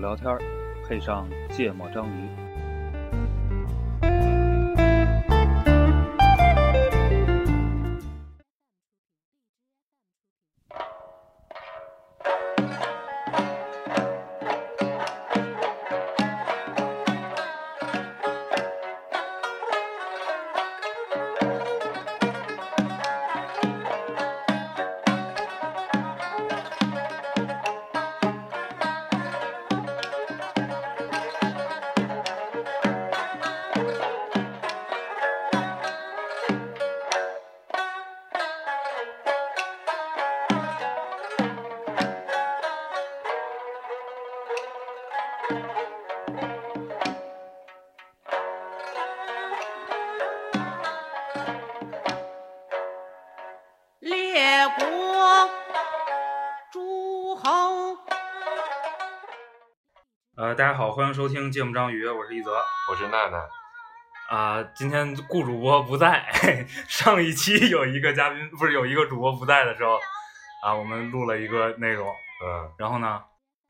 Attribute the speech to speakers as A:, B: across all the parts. A: 聊天，配上芥末章鱼。
B: 列国诸侯，
C: 呃，大家好，欢迎收听《芥末章鱼》，我是一泽。
D: 我是娜娜，
C: 啊、今天顾主播不在，上一期有一个嘉宾，不是有一个主播不在的时候，啊，我们录了一个内容，
D: 嗯
C: 然后呢，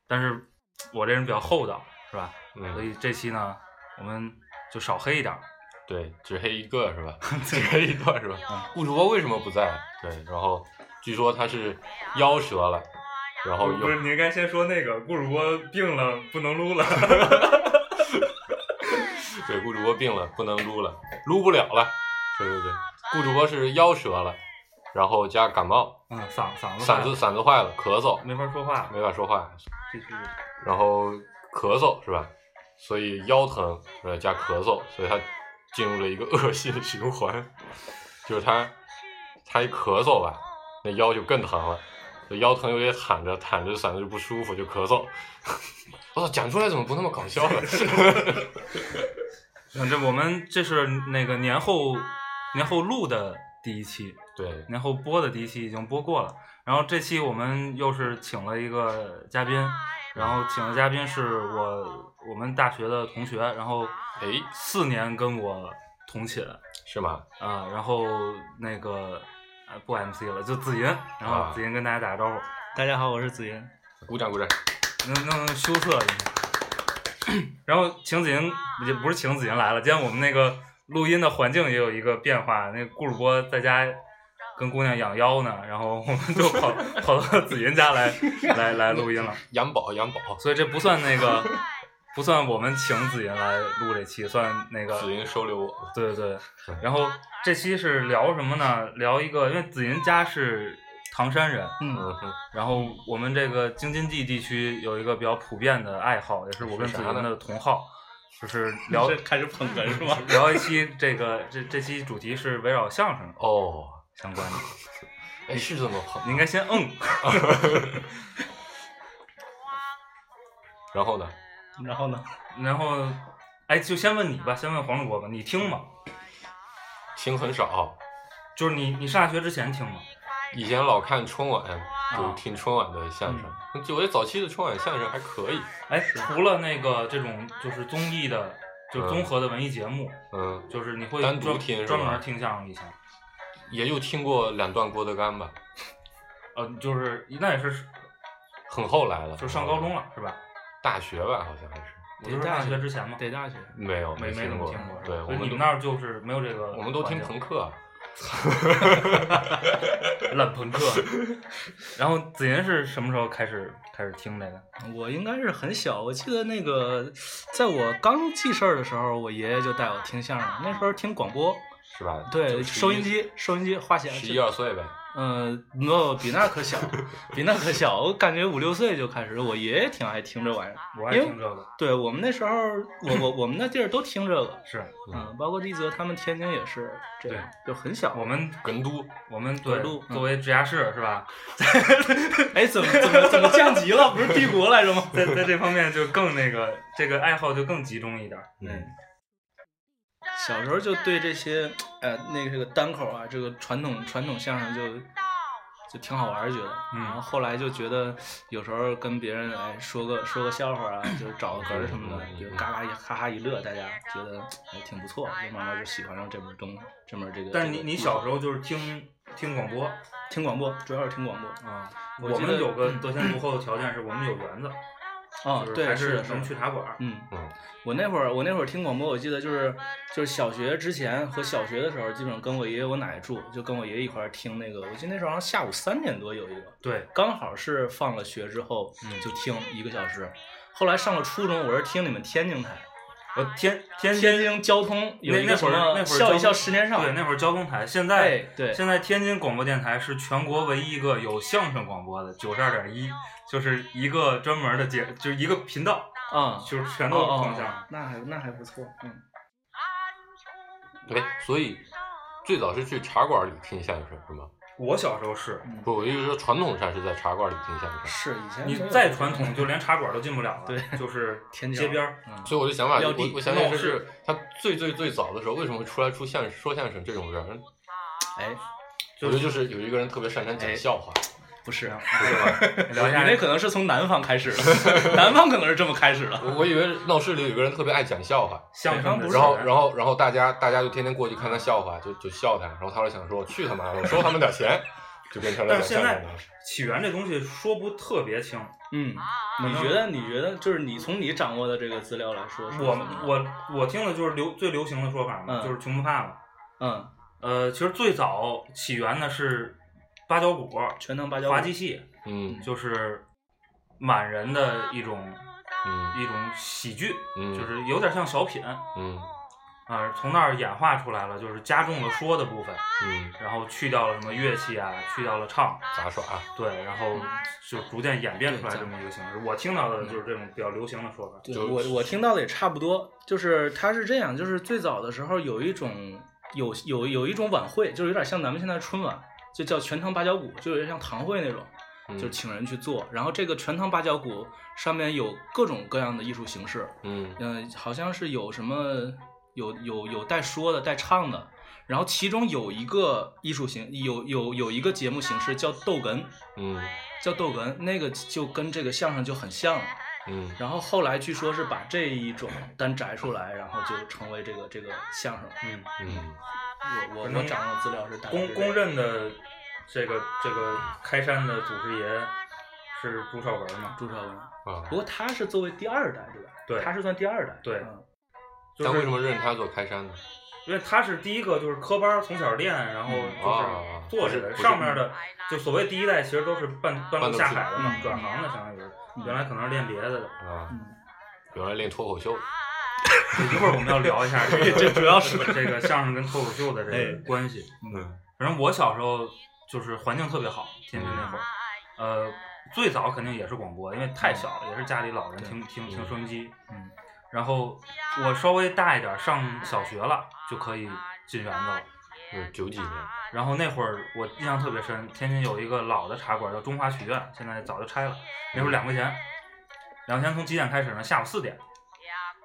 C: 但是我这人比较厚道，是吧？所
D: 嗯，
C: 以这期呢，我们就少黑一点儿。
D: 对，只黑一个是吧？只黑一段是吧？顾主播为什么不在？对，然后据说他是夭折了，然后又
C: 你应该先说那个顾主播病了，不能录 了。
D: 对顾主播病了，不能撸了，撸不了了。对对对，顾主播是夭折了，然后加感冒，
C: 嗯，嗓嗓子
D: 嗓子嗓子坏了，咳嗽，
C: 没法说话，
D: 没法说话，
C: 这是
D: 然后咳嗽是吧？所以腰疼，呃，加咳嗽，所以他进入了一个 恶性循环，就是他他一咳嗽吧，那腰就更疼了，就腰疼又得喊着喊着嗓子就不舒服就咳嗽。 我操，讲出来怎么不那么搞笑了？
C: 嗯，这我们这是那个年后年后录的第一期，
D: 对，
C: 年后播的第一期已经播过了。然后这期我们又是请了一个嘉宾，然后请的嘉宾是我我们大学的同学，然后
D: 哎，
C: 四年跟我同寝啊、
D: 是吗？
C: 然后那个呃不 MC 了，就子银，然后
D: 啊
C: 子银跟大家打个招呼，
E: 大家好，我是子妍。
D: 鼓掌鼓掌。
C: 能能能羞涩一下。然后请子银也不是请子银来了，今天我们那个录音的环境也有一个变化，那个顾主播在家跟姑娘养腰呢，然后我们就跑跑到子银家来来来录音了，
D: 杨宝，杨宝，
C: 所以这不算那个不算我们请子银来录这期，算那个
D: 子英收留我。
C: 对对对。然后这期是聊什么呢？聊一个，因为子银家是唐山人，
E: 嗯，
D: 嗯哼，
C: 然后我们这个京津冀地区有一个比较普遍的爱好，也是我跟子云的同好，就是聊
E: 这开始捧哏是吗？
C: 聊一期这个这这期主题是围绕相声
D: 哦，
C: 相关的，
D: 哎，是这么好。
C: 你应该先嗯，
D: 然后呢？
E: 然后呢？
C: 然后哎就先问你吧，先问黄主播吧，你听吗？
D: 听很少，
C: 就是你你上大学之前听吗？
D: 以前老看春晚，就
C: 啊嗯
D: 听春晚的相声，就我觉得早期的春晚相声还可以，
C: 哎，除了那个这种就是综艺的，就是综合的文艺节目，
D: 嗯，
C: 就是你会
D: 单独
C: 专
D: 听是吧
C: 专门听相声以前，
D: 也就听过两段郭德纲吧，
C: 呃，就是那也是
D: 很后来了，
C: 就上高中
D: 了，
C: 了是吧？
D: 大学吧，好像还是
C: 我就是上大学之前嘛，
E: 得大学。
D: 没有
C: 没没怎
D: 听
C: 么
D: 过
C: 听过，是
D: 对，
C: 吧
D: 我
C: 所以你们
D: 们
C: 那
D: 都
C: 儿就是没有这个环境，
D: 我们都听朋克啊，
C: 烂 朋克。然后子银是什么时候开始开始听这个？
E: 我应该是很小，我记得那个，在我刚记事儿的时候，我爷爷就带我听相声，那时候听广播，
D: 是吧？
E: 对，
D: 就
E: 收音机，收音机花
C: 啊
E: 钱。
D: 十一二岁呗，
E: 呃，no，比那可小，比那可小，我感觉五六岁就开始，我爷爷挺爱听这玩意儿。
C: 我爱听这个，
E: 对我们那时候，我我我们那地儿都听这个，
C: 是
E: 嗯，包括丽泽他们天津也是这样，就很小。
C: 我们
D: 根都，
C: 我们对
E: 录嗯
C: 作为直辖市是吧，
E: 哎，怎么怎么怎么降级了？不是帝国来着吗？
C: 在在这方面就更那个这个爱好就更集中一点。
D: 嗯，
E: 小时候就对这些，呃，那个这个单口啊，这个传统传统相声就就挺好玩儿，觉得。
C: 嗯
E: 然后后来就觉得，有时候跟别人哎说个说个笑话啊，就是找个哏儿什么的
D: 嗯嗯，嗯
E: 就嘎嘎一哈哈一乐，大家觉得哎挺不错，就慢慢就喜欢上这门东这门这个。
C: 但是
E: 这
C: 你
E: 个
C: 你
E: 艺
C: 小
E: 术
C: 时候就是听听广播
E: 听广播，主要是听广播。
C: 啊，
E: 我记
C: 们
E: 得
C: 有个得天独厚的条件是我们有园子，
E: 啊、
C: 就是
E: 对，
C: 还
E: 是的，
C: 能
E: 的
C: 去茶馆儿。
E: 嗯
D: 嗯，
E: 我那会儿我那会儿听广播，我记得就是就是小学之前和小学的时候，基本上跟我爷爷我奶奶住，就跟我爷爷一块儿听那个。我记得那时候好像下午三点多有一个，
C: 对，
E: 刚好是放了学之后
C: 嗯
E: 就听一个小时。后来上了初中，我是听你们天津台，
C: 我哦天天
E: 天津交通有
C: 那
E: 一
C: 那
E: 个什
C: 会儿那会
E: 么
C: 儿
E: 笑
C: 交
E: 一笑
C: 通
E: 十年少，
C: 对那会儿交通台，现在、
E: 哎对，
C: 现在天津广播电台是全国唯一一个有相声广播的，九十二点一，就是一个专门的节，就是一个频道，
E: 啊，
C: 就是全
E: 哦
C: 都是
E: 哦
C: 放相声
E: 哦。那还那还不错，嗯，
D: 哎，所以最早是去茶馆里听相声是吗？
C: 我小时候是，
E: 嗯
D: 不，我就是说传统上是在茶馆里听相声，
E: 是以前
C: 你
E: 没有
C: 再传统，就连茶馆都进不了了。
E: 对
C: 就是
E: 天
C: 街
E: 桥
C: 边儿。
E: 嗯
D: 所以我就想法，
E: 要
D: 我
E: 地
D: 我想想
C: 闹
D: 就
C: 市
D: 是他最最最早的时候，为什么会出来出相声说相声这种人？
E: 哎
D: 我觉得就是有一个人特别擅长
C: 哎
D: 讲笑话，
E: 不是，
C: 不是吧聊一
E: 嗯你
C: 下
E: 那可能是从南方开始的， 南方可能是这么开始的。
D: 我我以为闹市里有个人特别爱讲笑 话，
C: 相声的事儿，
D: 然后然后然后大家大家就天天过去看他笑话，就就笑他，然后他会想说，我去他妈的，我收他们点钱，就变成了
C: 但
D: 讲
C: 是现
D: 相
C: 在
D: 声了。
C: 起源这东西说不特别清。
E: 嗯，你觉得？你觉得就是你从你掌握的这个资料来说，是
C: 我
E: 什么
C: 我我听的就是流最流行的说法嘛，
E: 嗯
C: 就是穷不怕嘛。
E: 嗯，
C: 呃，其实最早起源的是八角鼓、
E: 全能芭蕉
C: 滑
E: 鼓
C: 稽戏，
D: 嗯
C: 就是满人的一种
D: 嗯
C: 一种喜剧，
D: 嗯
C: 就是有点像小品，
D: 嗯
C: 呃，从那儿演化出来了，就是加重了说的部分，
D: 嗯，
C: 然后去掉了什么乐器啊，去掉了唱，
D: 杂耍，啊
C: 对，然后就逐渐演变出来这么一个形式。我听到的就是这种比较流行的说法。
E: 嗯对
D: 就
E: 我我听到的也差不多，就是它是这样，就是最早的时候有一种有有有一种晚会，就是有点像咱们现在春晚，就叫全堂芭蕉鼓，就有点像堂会那种，
D: 嗯
E: 就请人去做。然后这个全堂芭蕉鼓上面有各种各样的艺术形式，
D: 嗯
E: 嗯、好像是有什么有有有带说的带唱的，然后其中有一个艺术形有有有一个节目形式叫逗哏，
D: 嗯
E: 叫逗哏，那个就跟这个相声就很像了。
D: 嗯
E: 然后后来据说是把这一种单摘出来，然后就成为这个这个相声。
C: 嗯，
D: 嗯，
E: 我我
C: 反
E: 我
C: 正
E: 掌握资料是大概
C: 公
E: 是这
C: 公
E: 样
C: 认的这个这个开山的祖师爷是朱绍文嘛？
E: 朱绍文，
D: 啊
E: 不，过他是作为第二代对吧？
C: 对
E: 他是算第二代。
C: 对
E: 嗯
C: 就
D: 但为
C: 是
D: 什么认他做开山呢？
C: 因为他是第一个就是科班儿从小练，然后
E: 嗯
D: 啊
E: 哦
C: 就是做这
D: 不是
C: 个
D: 不是
C: 上面的，就所谓第一代其实都是半半
D: 半
C: 路
D: 路
C: 下
D: 出
C: 海的嘛，
E: 嗯
C: 转行的相当于是，原来可能是练别的 的。
D: 啊，
E: 嗯
D: 原来练脱口秀的，
C: 一会儿我们要聊一下这个，
E: 这主要是
C: 这个相声跟脱口秀的这
E: 哎
C: 个关系。
D: 嗯
C: 反正我小时候就是环境特别好，天津那会儿，呃，最早肯定也是广播，因为太小了，也是家里老人听听听收音机。
E: 嗯，
C: 然后我稍微大一点，上小学了就可以进园子了。
D: 嗯，九几年，
C: 然后那会儿我印象特别深，天津有一个老的茶馆叫中华学院，现在早就拆了。那会儿两块钱，两块钱从几点开始呢？下午四点，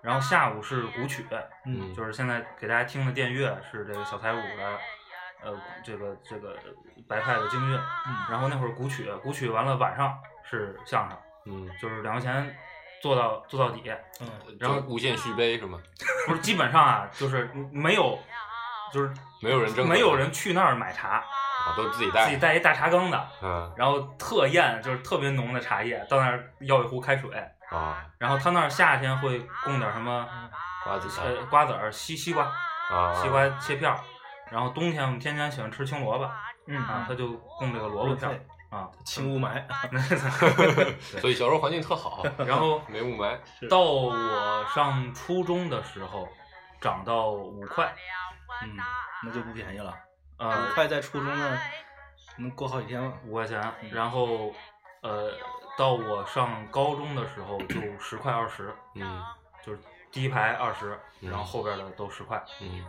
C: 然后下午是古曲，
E: 嗯
C: 就是现在给大家听的电乐是这个小台舞的，呃，这个这个白派的京乐。
E: 嗯
C: 然后那会儿古曲，古曲完了晚上是相声，
D: 嗯，
C: 就是两块钱做到做到底，
E: 嗯
D: 然后无限续杯是吗？
C: 不是基本上啊，就是没 有，就是
D: 没有人挣，
C: 没有人去那儿买茶，
D: 啊，都自己
E: 哎
C: 自己
D: 带，
C: 带一大茶缸的。
D: 嗯
C: 然后特艳，就是特别浓的茶叶，到那儿要一壶开水，
D: 啊，
C: 然后他那儿夏天会供点什么，
D: 瓜子
C: 呃，瓜子儿、西西瓜、
D: 啊，
C: 西瓜切片儿，然后冬天我们天津喜欢吃青萝卜，啊，他
E: 嗯，
C: 就供这个萝卜片儿啊。
E: 清雾霾。
D: 所以小时候环境特好，
C: 然后
D: 没雾霾，
C: 到我上初中的时候，涨到五块，
E: 嗯，那就不便宜了。很
C: 呃，
E: 快在初中呢，能过好几天了。
C: 五块钱，然后呃，到我上高中的时候就十块二十，
D: 嗯
C: 就是第一排二十，
D: 嗯
C: 然后后边的都十块。
D: 嗯，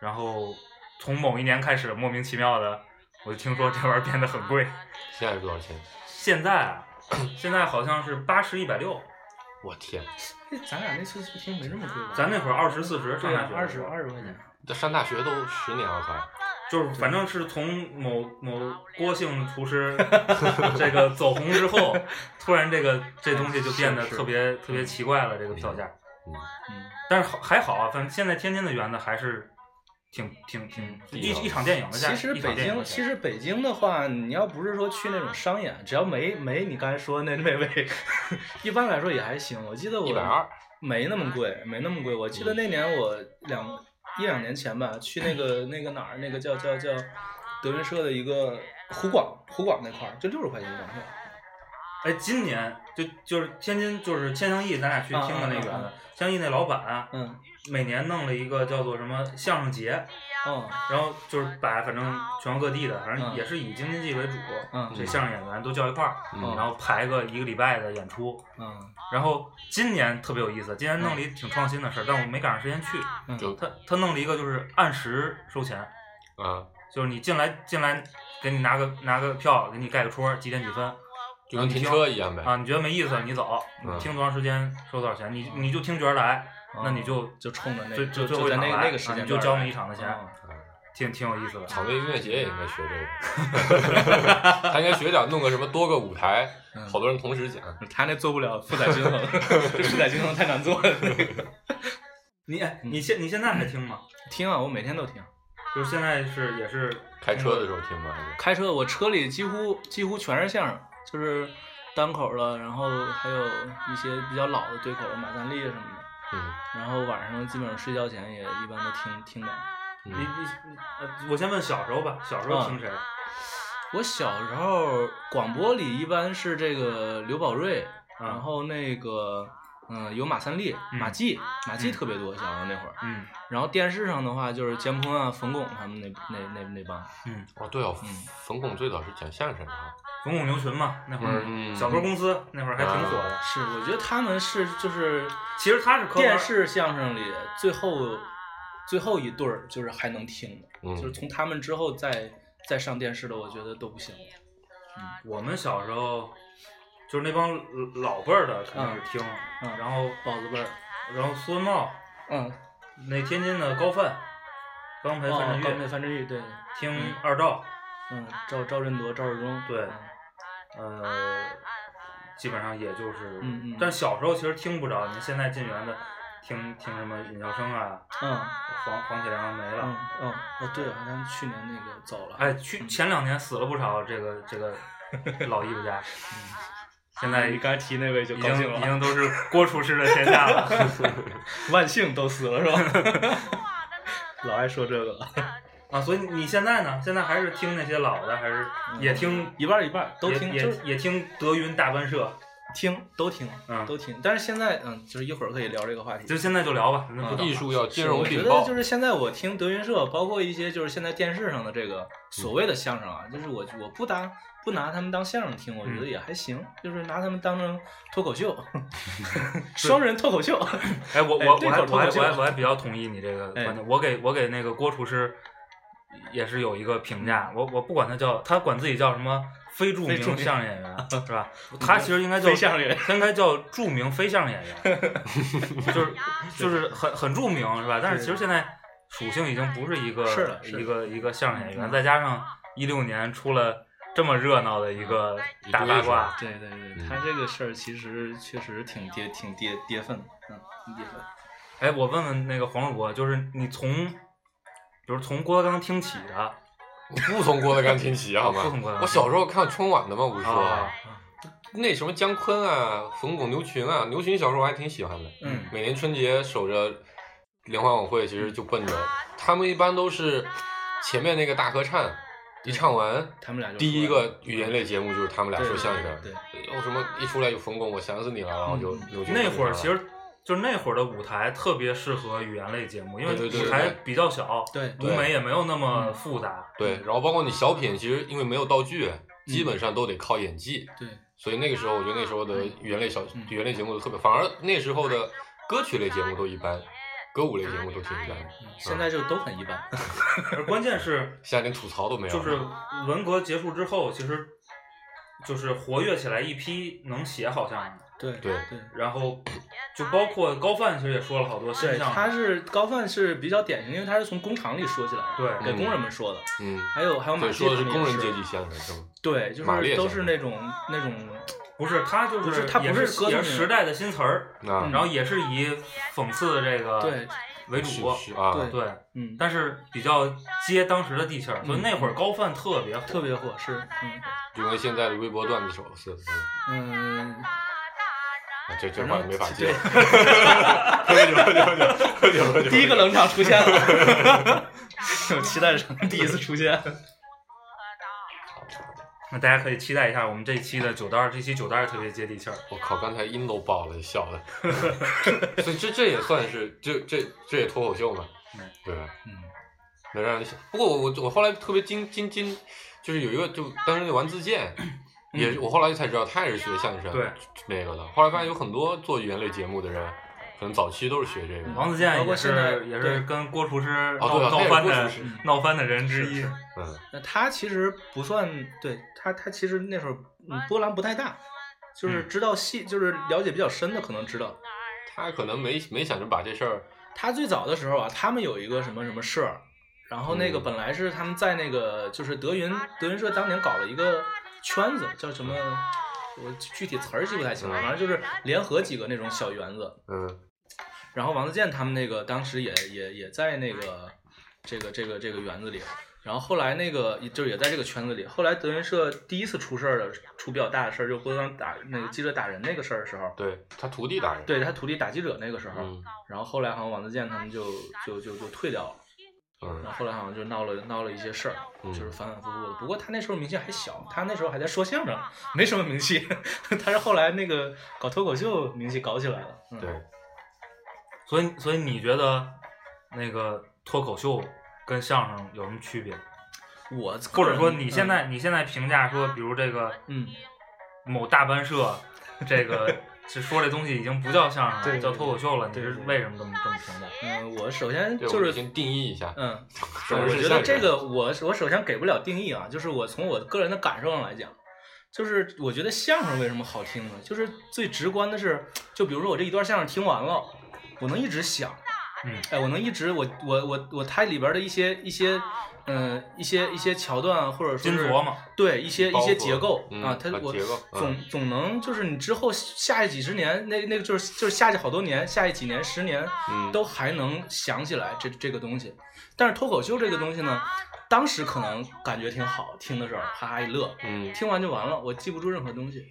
C: 然后从某一年开始，莫名其妙的，我就听说这玩意儿变得很贵。
D: 现在是多少钱？
C: 现在啊，现在好像是八十、一百六，
D: 我天，
E: 哎咱俩那次去听没这么贵吧？
C: 咱那会儿二十四十上
E: 对
C: 大
E: 啊
C: 学，
E: 二十二十块钱。
D: 这上大学都十年了快，
C: 就是反正是从某某郭姓厨 师这个走红之后，突然这个这东西就变得
E: 是是
C: 特别特别奇怪了，这个票价。
D: 嗯
E: 嗯
C: 但是好还好啊，反正现在天津的园子还是挺挺挺
D: 嗯
C: 一一场电影的价，
E: 其实
C: 一场
E: 北
C: 电影
E: 京，
C: 的
E: 其
C: 价
E: 实北京的话，你要不是说去那种商演，只要没没你刚才说的那那位， 一般来说也还行。我记得我
D: 一百二，
E: 没那么贵，没那么贵。我记得那年我两一两年前吧，去那个那个哪儿，那个叫叫叫德云社的一个湖广湖广那块儿，就六十块钱一张票。
C: 哎，今年就就是天津就是千祥艺，咱俩去
E: 啊
C: 听的那
E: 啊
C: 个
E: 啊啊
C: 千祥艺那老板啊
E: 嗯，
C: 每年弄了一个叫做什么相声节，
E: 哦，
C: 然后就是把反正全国各地的，反正
E: 嗯
C: 也是以京津冀为主，
E: 嗯
C: 这相声演员都叫一块儿，
E: 嗯
C: 然后排个一个礼拜的演出。
E: 嗯
C: 然后今年特别有意思，今年弄了一挺创新的事儿，但我没赶上时间去。
E: 嗯，
D: 就
C: 他他弄了一个就是按时收钱，
D: 啊，
C: 就是你进来进来给你拿个拿个票，给你盖个戳，几点几分
D: 就跟停车一样呗。
C: 啊？你觉得没意思，你走，
D: 嗯
C: 你听多长时间收多少钱，
E: 嗯
C: 你你就听角儿来，那你就
E: 就冲着那
C: 最
E: 就
C: 最后一
E: 在
C: 场
E: 那
C: 来
E: 那个时
C: 啊
E: 间
C: 你就
E: 段
C: 交
E: 来
C: 那一场的钱
E: 哦
D: 嗯
C: 挺挺有意思的。
D: 草莓音乐节也应该学这个，他应该学点弄个什么多个舞台，
E: 嗯
D: 好多人同时讲。
E: 他那做不了负载均衡， 负载均衡太难做了。 那个
C: 你哎
E: 嗯
C: 你现你现在还听吗？
E: 听啊，我每天都听。
C: 就是现在是也是
D: 开车的时候听嗯吗？
C: 嗯
D: 还是
E: 开车，我车里几乎几乎全是相声，就是单口的，然后还有一些比较老的对口的马三立什么的。
D: 嗯
E: 然后晚上基本上睡觉前也一般都听听点儿。
C: 你
D: 嗯，
C: 你呃，我先问小时候吧，小时候听谁？
E: 我小时候广播里一般是这个刘宝瑞，
C: 嗯
E: 然后那个嗯有马三立、
C: 嗯
E: 马季、马季
C: 嗯
E: 特别多，小时候那会儿。
C: 嗯
E: 然后电视上的话就是姜昆啊、冯巩他们那那那那帮。
C: 嗯，
D: 哦对哦
E: 嗯，
D: 冯巩最早是讲相声的啊，
C: 冯巩牛群嘛，那会儿
D: 嗯
C: 小说公司那会儿还挺火的。
E: 是，我
F: 啊
E: 觉得他们是就是
C: 其实他是科班
E: 电视相声里最后最后一对儿，就是还能听的，
D: 嗯
E: 就是从他们之后再再上电视的，我觉得都不行。嗯
C: 我们小时候就是那帮老辈儿的肯定是听，
E: 嗯嗯
C: 然后
E: 包子辈儿，
C: 然后苏文茂，
E: 嗯，
C: 那天津的高范，刚才范
E: 哦，
C: 振
E: 刚才
C: 玉
E: 范振钰，对，
C: 听二赵，
E: 嗯，赵赵振铎、赵世忠，
C: 对
E: 嗯
C: 呃，基本上也就是，
E: 嗯嗯
C: 但小时候其实听不着，你现在进园的听听什么尹笑声啊，
E: 嗯
C: 黄黄铁 良没了。
E: 嗯嗯，哦对，好像去年那个走了，
C: 哎，去
E: 嗯
C: 前两年死了不少这个这个 老艺术家，嗯现在已
E: 才提那位就
C: 经已经都是郭厨师的天下 了。
E: 万幸都死了是吧？老爱说这个了，
C: 啊，所以你现在呢？现在还是听那些老的，还是
E: 嗯
C: 也听
E: 一半儿一半儿都听，
C: 也
E: 就是
C: 也也听德云大班社。
E: 听都听
C: 嗯
E: 都听，但是现在嗯，就是一会儿可以聊这个话题，
C: 就现在就聊吧，咱们不
E: 嗯
C: 等了
D: 艺术要兼
E: 是，
D: 容
E: 我觉
D: 并
E: 得
D: 包
E: 就。是现在我听德云社，包括一些就是现在电视上的这个所谓的相声啊，就是我我不当不拿他们当相声听，我觉得
C: 嗯
E: 也还行，就是拿他们当成脱口 秀，双人脱口秀。
C: 哎，我
E: 哎
C: 我
E: 对
C: 我还
E: 口
C: 我还我
E: 头就
C: 还我还比较同意你这个观点。
E: 哎
C: 我给我给那个郭厨师也是有一个评价，我我不管他叫他管自己叫什么非著名
E: 非著名
C: 相声演员 是吧？他其实应该叫
E: 非相声演员，
C: 他应该叫著名非相声演 员，就是就是很很著名是吧？但是其实现在属性已经不是一个
E: 是的是的
C: 一个一个相声演员，
E: 嗯
C: 再加上一六年出了这么热闹的一个
D: 一
C: 大
D: 堆
C: 八
D: 是
C: 卦
D: 吧，
E: 对对对，
D: 嗯
E: 他这个事儿其实确实挺跌挺跌跌份的，嗯，挺跌份。
C: 哎，我问问那个黄主播，就是你从，比如从郭德纲听起的，
D: 我不从郭德纲听起好吗？
C: 不从郭德纲
D: 我小时候看春晚的嘛，不是说、
C: 啊
D: 那什么姜昆啊、冯巩、牛群啊，牛群小时候我还挺喜欢的。
E: 嗯
D: 每年春节守着联欢晚会，其实就奔着他们一般都是前面那个大合唱一唱完，
E: 他们俩就
D: 第一
E: 出来了
D: 个语言类节目就是他们俩
E: 对
D: 说相声。
E: 对
D: 有什么一出来有冯巩，我想死你了，然后就
E: 嗯
D: 牛群
C: 那会儿
D: 就
C: 其
D: 上了
C: 实就是那会儿的舞台特别适合语言类节目，因为
D: 对对对
C: 舞台
D: 对
C: 比较小，
E: 对嗯
C: 舞美也没有那么复杂。
D: 对，然后包括你小品，其实因为没有道具，
C: 嗯
D: 基本上都得靠演技。
E: 对
D: 所以那个时候，我觉得那时候的语言类小
E: 嗯
D: 语言类节目都特别，反而那时候的歌曲类节目都一般，歌舞类节目都挺一般的，
E: 嗯现在就都很一般。
C: 而关键 是，
D: 现在连吐槽都没有。
C: 就是文革结束之后，其实
D: 嗯
C: 就是活跃起来一批能写好像，
E: 对
D: 对
E: 对。
C: 然后就包括高范，其实也说了好多新
E: 对，
C: 项
E: 他
C: 目。
E: 是高范是比较典型，因为他是从工厂里说起来的，
C: 对
D: 嗯
E: 给工人们说的。
D: 嗯，
E: 还有还有马
D: 对，
E: 季
D: 说的是
E: 他们
D: 工
E: 也嗯
D: 人阶级相声，是吗？
E: 对，就
D: 马列
E: 是都
D: 先
E: 是
D: 生
E: 那种那种，
C: 不是，他就
E: 不是他不
C: 也
E: 是
C: 是
E: 歌颂
C: 也
E: 那
C: 是
E: 个
C: 时代的新词儿，
D: 那
E: 嗯
C: 然后也是以讽刺这个
E: 对，
C: 为主，
D: 是啊，
E: 对
C: 对，
E: 嗯，
C: 但是比较接当时的地气儿，所以
E: 嗯
C: 那会儿高泛特别火
E: 特别火是，嗯
D: 就跟现在的微博段子手似的，嗯
E: 嗯，
D: 啊这这
E: 反
D: 话
E: 正
D: 没法接
E: 对。
D: 喝酒，喝酒，喝酒，喝酒，喝酒。
E: 第一个冷场出 现了，我期待上第一次出现。
C: 那大家可以期待一下我们这一期的九段儿，这期九段儿特别接地气儿。
D: 我靠，刚才音都爆了，笑的。 所以这这也算是，这这这也脱口秀嘛
C: 嗯，
D: 对吧？
E: 嗯，
D: 能让人笑。不过我我我后来特别惊惊惊，就是有一个就当时就玩自荐，
E: 嗯
D: 也是我后来才知道他也是学相声
C: 对
D: 那个的。后来发现有很多做语言类节目的人，可能早期都是学这个的。
C: 王自健
E: 包括
C: 也
E: 现在
C: 是也是
E: 对
C: 跟郭厨师
D: 哦，
C: 闹
D: 对啊，
C: 闹
D: 他
C: 翻
D: 也是
C: 的
D: 郭厨师
C: 闹翻的人之一。
D: 嗯，
E: 那他其实不算，对他他其实那时候嗯波澜不太大，就是
C: 嗯
E: 知道戏，就是了解比较深的可能知道。
D: 他可能没没想着把这事儿，
E: 他最早的时候啊，他们有一个什么什么社，然后那个
D: 嗯
E: 本来是他们在那个就是德云德云社当年搞了一个圈子，叫什么？我具体词儿记不太清了，
D: 嗯
E: 反正就是联合几个那种小园子，
D: 嗯
E: 然后王自健他们那个当时也也也在那个这个这个这个园子里，然后后来那个就是也在这个圈子里。后来德云社第一次出事儿的，出比较大的事儿，就郭德纲打那个记者打人那个事儿的时候，
D: 对他徒弟打人，
E: 对他徒弟打记者那个时候，
D: 嗯
E: 然后后来好像王自健他们就就就就退掉了，
D: 嗯
E: 然后后来好像就闹了闹了一些事儿，
D: 嗯
E: 就是反反复复的。不过他那时候名气还小，他那时候还在说相声，没什么名气， 他是后来那个搞脱口秀名气搞起来了。嗯、
D: 对，。
C: 所以所以你觉得那个脱口秀跟相声有什么区别？
E: 我
C: 或
E: 个
C: 者
E: 人
C: 说你现
E: 嗯
C: 在你现在评价说，比如这个
E: 嗯
C: 某大班社，这个 是说这东西已经不叫相声
E: 对
C: 了，叫脱口秀了，你
E: 对
C: 是
E: 对
C: 为什么这么这么评价？
E: 嗯，我首先
D: 对
E: 就
D: 我们
E: 是，
D: 先定义一下，
E: 嗯，
D: 什
E: 我
D: 么是
E: 觉
D: 相声
E: 得这个我我首先给不了定义啊，就是我从我个人的感受上来讲，就是我觉得相声为什么好听呢？就是最直观的是，就比如说我这一段相声听完了，我能一直想，
C: 嗯，
E: 哎，我能一直我我我我它里边的一些一些。嗯，一些一些桥段啊，或者说
C: 金
E: 是
C: 琢磨，
E: 对一些一
D: 包
E: 些
D: 袱
E: 结构、
D: 嗯
E: 啊，它
D: 啊
E: 我
D: 结构嗯
E: 总总能就是你之后下一几十年，那那个就是就是下一好多年，下一几年十年，
D: 嗯
E: 都还能想起来这这个东西。但是脱口秀这个东西呢，当时可能感觉挺好，听的时候哈哈一乐，
D: 嗯，
E: 听完就完了，我记不住任何东西，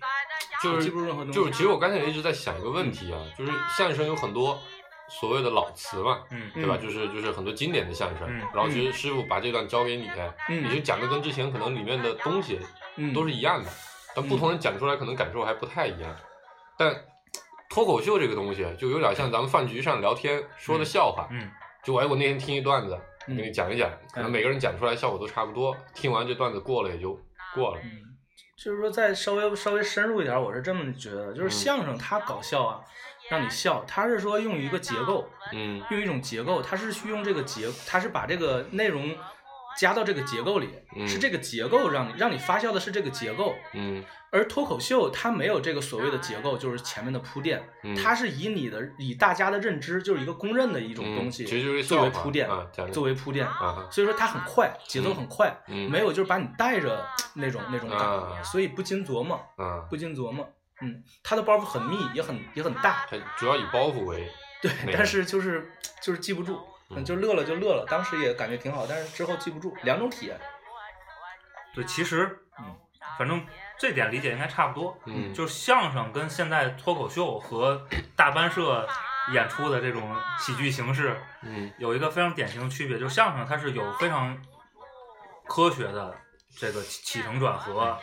D: 就
E: 我记
D: 是
E: 不住任何东西。
D: 就是，其实我刚才也一直在想一个问题啊，就是相声有很多所谓的老词嘛，
C: 嗯
D: 对吧？
E: 嗯
D: 就是就是很多经典的相声，
C: 嗯
D: 然后其实师傅把这段教给你，你就
E: 嗯
D: 讲的跟之前可能里面的东西
E: 嗯，
D: 都是一样的，但不同人讲出来可能感受还不太一样。但脱口秀这个东西啊就有点像咱们饭局上聊天说的笑话，
C: 嗯，
D: 就哎我那天听一段子，给
E: 嗯
D: 你讲一讲，可能每个人讲出来效果都差不多，听完这段子过了也就过了，
E: 嗯，就是说再稍微稍微深入一点，我是这么觉得，就是
D: 嗯
E: 相声它搞笑啊，让你笑，它是说用一个结构，
D: 嗯
E: 用一种结构，它是去用这个结，它是把这个内容。加到这个结构里，
D: 嗯
E: 是这个结构让你让你发笑的是这个结构，
D: 嗯
E: 而脱口秀它没有这个所谓的结构，就是前面的铺垫，
D: 嗯，
E: 它是以你的以大家的认知，就是一个公认的一种东西，
D: 嗯其实就是
E: 作为
D: 笑话
E: 铺垫，
D: 啊讲
E: 作为铺垫。
F: 嗯
D: 啊，
E: 所以说它很快，节奏很快，
D: 嗯
E: 没有就是把你带着那种那种感觉，
D: 啊
E: 所以不禁琢磨，
D: 嗯，
E: 不禁琢磨。嗯，它的包袱很密，也很也很大，
D: 它主要以包袱为，
E: 对
D: 那，个
E: 但是就是就是记不住，嗯，
D: 嗯
E: 就乐了就乐了，当时也感觉挺好，但是之后记不住，两种体验。
C: 对，其实
E: 嗯
C: 反正这点理解应该差不多。
D: 嗯，
C: 就是相声跟现在脱口秀和大班社演出的这种喜剧形式
D: 嗯
C: 有一个非常典型的区别，就是相声它是有非常科学的这个起起承转合，
D: 啊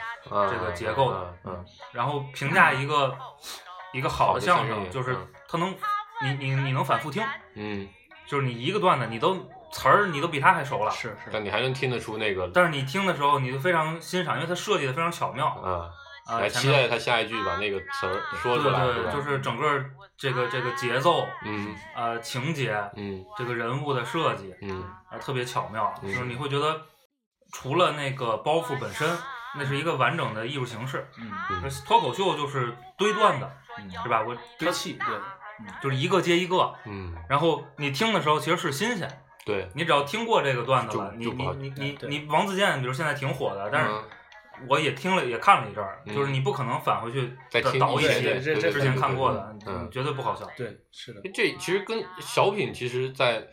C: 这个结构
D: 嗯嗯
C: 然后评价一个一个好的相
D: 好的相
C: 声，
D: 声
C: 就是
D: 嗯
C: 它能你你你能反复听，
D: 嗯，
C: 就是你一个段子你都词儿你都比他还熟了，
E: 是是，
D: 但你还能听得出那个，
C: 但是你听的时候你就非常欣赏，因为它设计的非常巧妙
D: 啊，
C: 啊，
D: 来
C: 前
D: 期
C: 面
D: 待他下一句把那个词儿说
C: 对
D: 出来，
C: 对
D: 是吧
C: 对，就是整个
E: 嗯
C: 这个这个节奏，
D: 嗯
C: 呃情节，
D: 嗯
C: 这个人物的设计，
D: 嗯
C: 啊，特别巧妙，就
D: 嗯
C: 是你会觉得除了那个包袱本身，那是一个完整的艺术形式。
E: 嗯
D: 嗯
C: 脱口秀就是堆段子，
E: 嗯，
C: 是吧？我
E: 堆砌对，
C: 嗯就是一个接一个，
D: 嗯，
C: 然后你听的时候其实是新鲜，
D: 对，
C: 你只要听过这个段子了，
D: 就
C: 你
D: 就不
C: 你
D: 好
C: 你
E: 哎
C: 你
E: 对
C: 你王自健，比如现在挺火的，但是
D: 嗯
C: 我也听了也看了一阵儿，
D: 嗯
C: 就是你不可能返回去
D: 再听嗯
C: 倒
E: 一遍
C: 些
E: 对这这
C: 之前看过的，
D: 对对对
C: 绝对不好笑。
E: 对，是的，
D: 这其实跟小品其实，在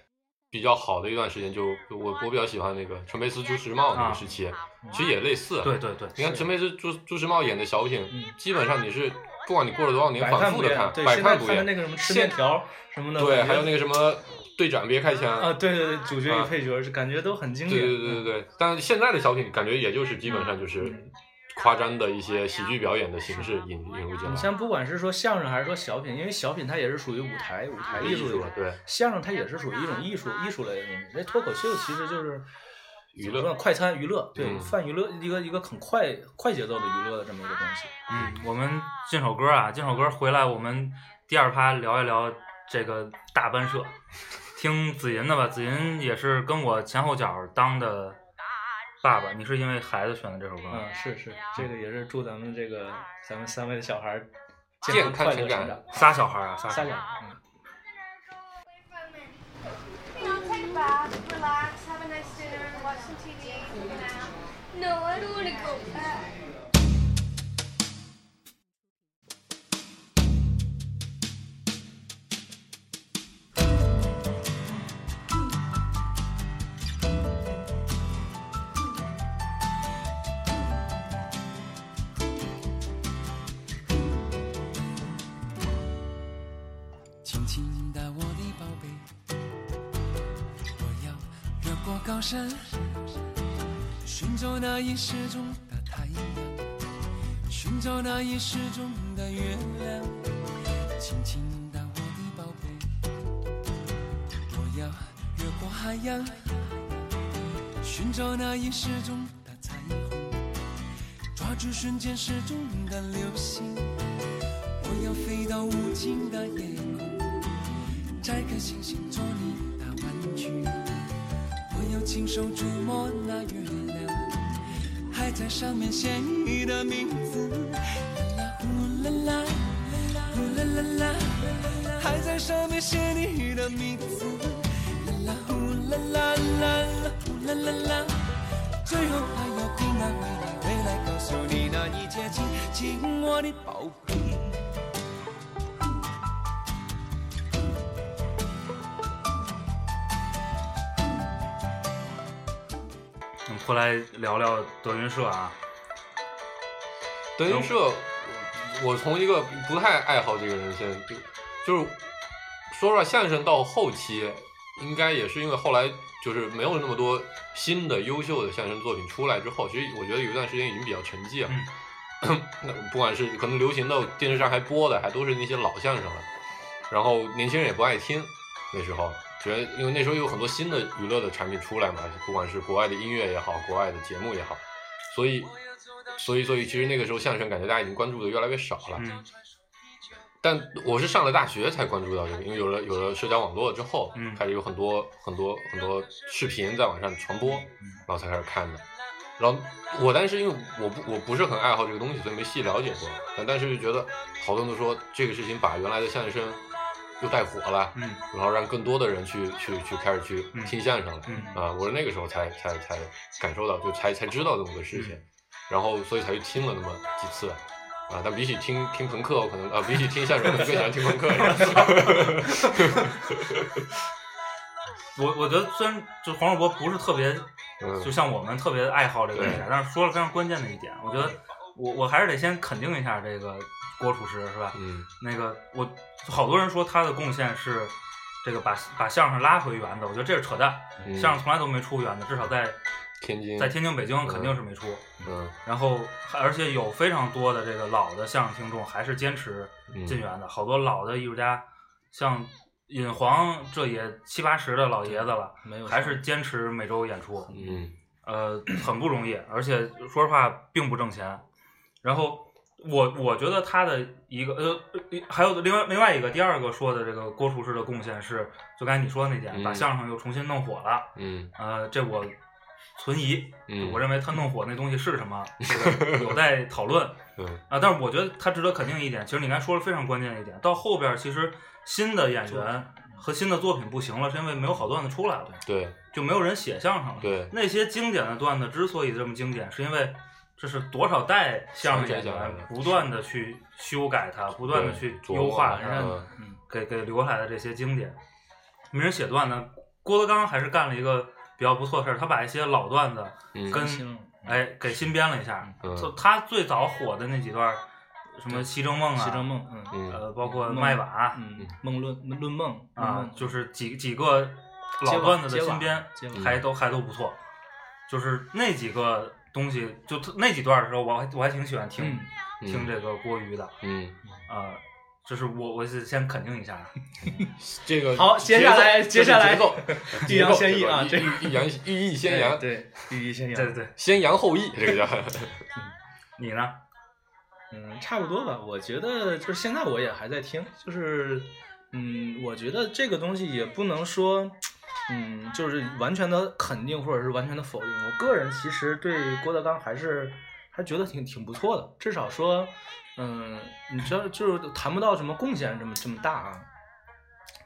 D: 比较好的一段时间就，我我比较喜欢那个陈佩斯、朱时茂那个时期，
E: 啊
D: 其实也类似。
C: 对，对对，
D: 你看
E: 是
D: 陈佩斯、朱朱时茂演的小品，
E: 嗯
D: 基本上你是不管你过了多少年，
E: 百
D: 反
E: 看
D: 复
E: 不
D: 的
E: 厌。
D: 看，
E: 对，
D: 百
E: 现在
D: 看不
E: 看的
D: 厌。
E: 那个什么吃
D: 现
E: 面条什么的，
D: 对，
E: 我觉
D: 还有
E: 得
D: 那个什么队长别开枪
E: 啊，对对对，主角
D: 啊
E: 与配角是感觉都很经
D: 对
E: 典。嗯
D: 对对对对，但现在的小品感觉也就是基本上就是夸张的一些喜剧表演的形式引引入进
E: 你
D: 来，
E: 像不管是说相声还是说小品，因为小品它也是属于舞台舞台艺
D: 艺
E: 术的一
D: 术啊
E: 种，
D: 对
E: 相声它也是属于一种艺术艺术类的东西。那脱口秀其实就是
D: 娱
E: 怎么
D: 乐
E: 说，快餐娱乐，对，
D: 嗯
E: 泛娱乐一个一个很快快节奏的娱乐的这么一个东西。
C: 嗯，我们进首歌啊，进首歌回来，我们第二趴聊一聊这个大班社，听子银的吧。子银也是跟我前后脚当的爸爸，你是因为孩子选的这首歌吗？
E: 嗯，是是，这个也是祝咱们这个咱们三位的小孩儿
D: 健
E: 康
D: 康
E: 快
D: 成
E: 乐
D: 长
E: 成长。
C: 仨小孩啊，仨
E: 下
C: 小
E: 讲
C: 孩。，
E: 嗯，
G: Now take baths, relax, have a nice dinner, watch some TV, No, I don't want to go back.
H: 轻轻的，我的宝贝，我要越过高山，寻找那已失踪的太阳，寻找那已失踪的月亮。轻轻的，我的宝贝，我要越过海洋，寻找那已失踪的彩虹，抓住瞬间失踪的流星。我要飞到无尽的夜空，摘颗星星做你的玩具。我要亲手触摸那月亮，还在上面写你的名字。啦啦呼啦啦，呼啦啦啦，还在上面写你的名字。啦啦呼啦啦啦啦，呼啦啦啦。最后还要平安回来，回来告诉你那一切，亲亲我的宝贝。
C: 我们回来聊聊德云社啊，
D: 德云社，我我从一个不太爱好这个人，现在就就是说出来相声到后期，应该也是因为后来就是没有那么多新的优秀的相声作品出来之后，其实我觉得有一段时间已经比较沉寂了。 那不管是可能流行的电视上还播的，还都是那些老相声了，然后年轻人也不爱听。那时候觉得，因为那时候有很多新的娱乐的产品出来嘛，不管是国外的音乐也好，国外的节目也好，所以，所以，所以，其实那个时候相声感觉大家已经关注的越来越少了。
C: 嗯
D: 但我是上了大学才关注到这个，因为有了有了社交网络之后，
C: 嗯
D: 开始有很多很多很多视频在网上传播，然后才开始看的。然后我当时因为我不我不是很爱好这个东西，所以没细了解过。但但是就觉得好多人都说这个事情把原来的相声又带火了，
C: 嗯
D: 然后让更多的人去去去开始去
C: 嗯
D: 听相声了。
C: 嗯
D: 啊，我是那个时候才才才感受到，就才才知道这么个事情，
E: 嗯
D: 然后所以才去听了那么几次，啊，但比起听听朋克，我可能啊， 比起听相声，可能更喜欢听朋克一点。
C: 我我觉得虽然就黄世博不是特别
D: 嗯
C: 就像我们特别爱好这个东西啊
D: 对，
C: 但是说了非常关键的一点，我觉得我我还是得先肯定一下这个郭楚石是吧？
D: 嗯，
C: 那个我好多人说他的贡献是这个把把相声拉回园子，我觉得这是扯淡，
D: 嗯
C: 相声从来都没出过园子，至少在
D: 天津，
C: 在天津、北京肯定是没出。
D: 嗯，
C: 然后还而且有非常多的这个老的相声听众还是坚持
D: 嗯
C: 进园子，好多老的艺术家像尹黄这也七八十的老爷子了，
E: 没有
C: 还是坚持每周演出。
D: 嗯
C: 呃，很不容易，而且说实话并不挣钱。然后我我觉得他的一个呃，还有另外另外一个第二个说的这个郭厨师的贡献是，就刚才你说的那点，
D: 嗯
C: 把相声又重新弄火了。
D: 嗯
C: 呃，这我存疑，
D: 嗯
C: 我认为他弄火那东西是什么，这个有待讨论。
D: 嗯
C: 啊，但是我觉得他值得肯定一点，其实你刚才说了非常关键的一点，到后边其实新的演员和新的作品不行了，是因为没有好段子出来了。
D: 对
C: 就没有人写相声了。
D: 对
C: 那些经典的段子之所以这么经典，是因为这是多少代相声演
D: 相声演
C: 员
D: 员
C: 不断的去修改它，不断的去
D: 对
C: 优化
D: 琢磨
C: 它，让
D: 嗯
C: 嗯给给留下来的这些经典。名人写段呢，郭德纲还是干了一个比较不错的事儿，他把一些老段子
D: 嗯
C: 跟
E: 新
C: 哎给新编了一下。
D: 嗯
C: 就他最早火的那几段儿，什么《西征梦》啊，
E: 西征梦，嗯
D: 嗯
C: 呃，包括
E: 梦
C: 麦
D: 啊
C: 瓦
E: 嗯，梦论论梦
C: 啊，
E: 就
C: 就是几几个
E: 嗯接
C: 老
E: 瓦
C: 段子
E: 接
C: 的
E: 瓦
C: 新编
E: 接瓦，
C: 还都还都不错。就是那几个东西，就特那几段儿的时候，我还我还挺喜欢听、
D: 嗯
C: 听这个郭瑜的
D: 嗯，
C: 啊。这是我，我是先肯定一下，
D: 这个
E: 好接下来
D: 节奏
E: 接下来
D: 这是
E: 欲
D: 节奏
E: 扬先抑啊，
D: 节
E: 这哎
D: 奏欲欲扬欲抑先扬，
E: 对，寓意先
C: 对
E: 扬，
C: 对对，
D: 先扬后抑，这个叫
C: 你呢？
E: 嗯，差不多吧。我觉得就是现在我也还在听，就是嗯，我觉得这个东西也不能说，嗯，就是完全的肯定或者是完全的否定。我个人其实对郭德纲还是还觉得挺挺不错的，至少说，嗯，你知道就是谈不到什么贡献这么这么大啊。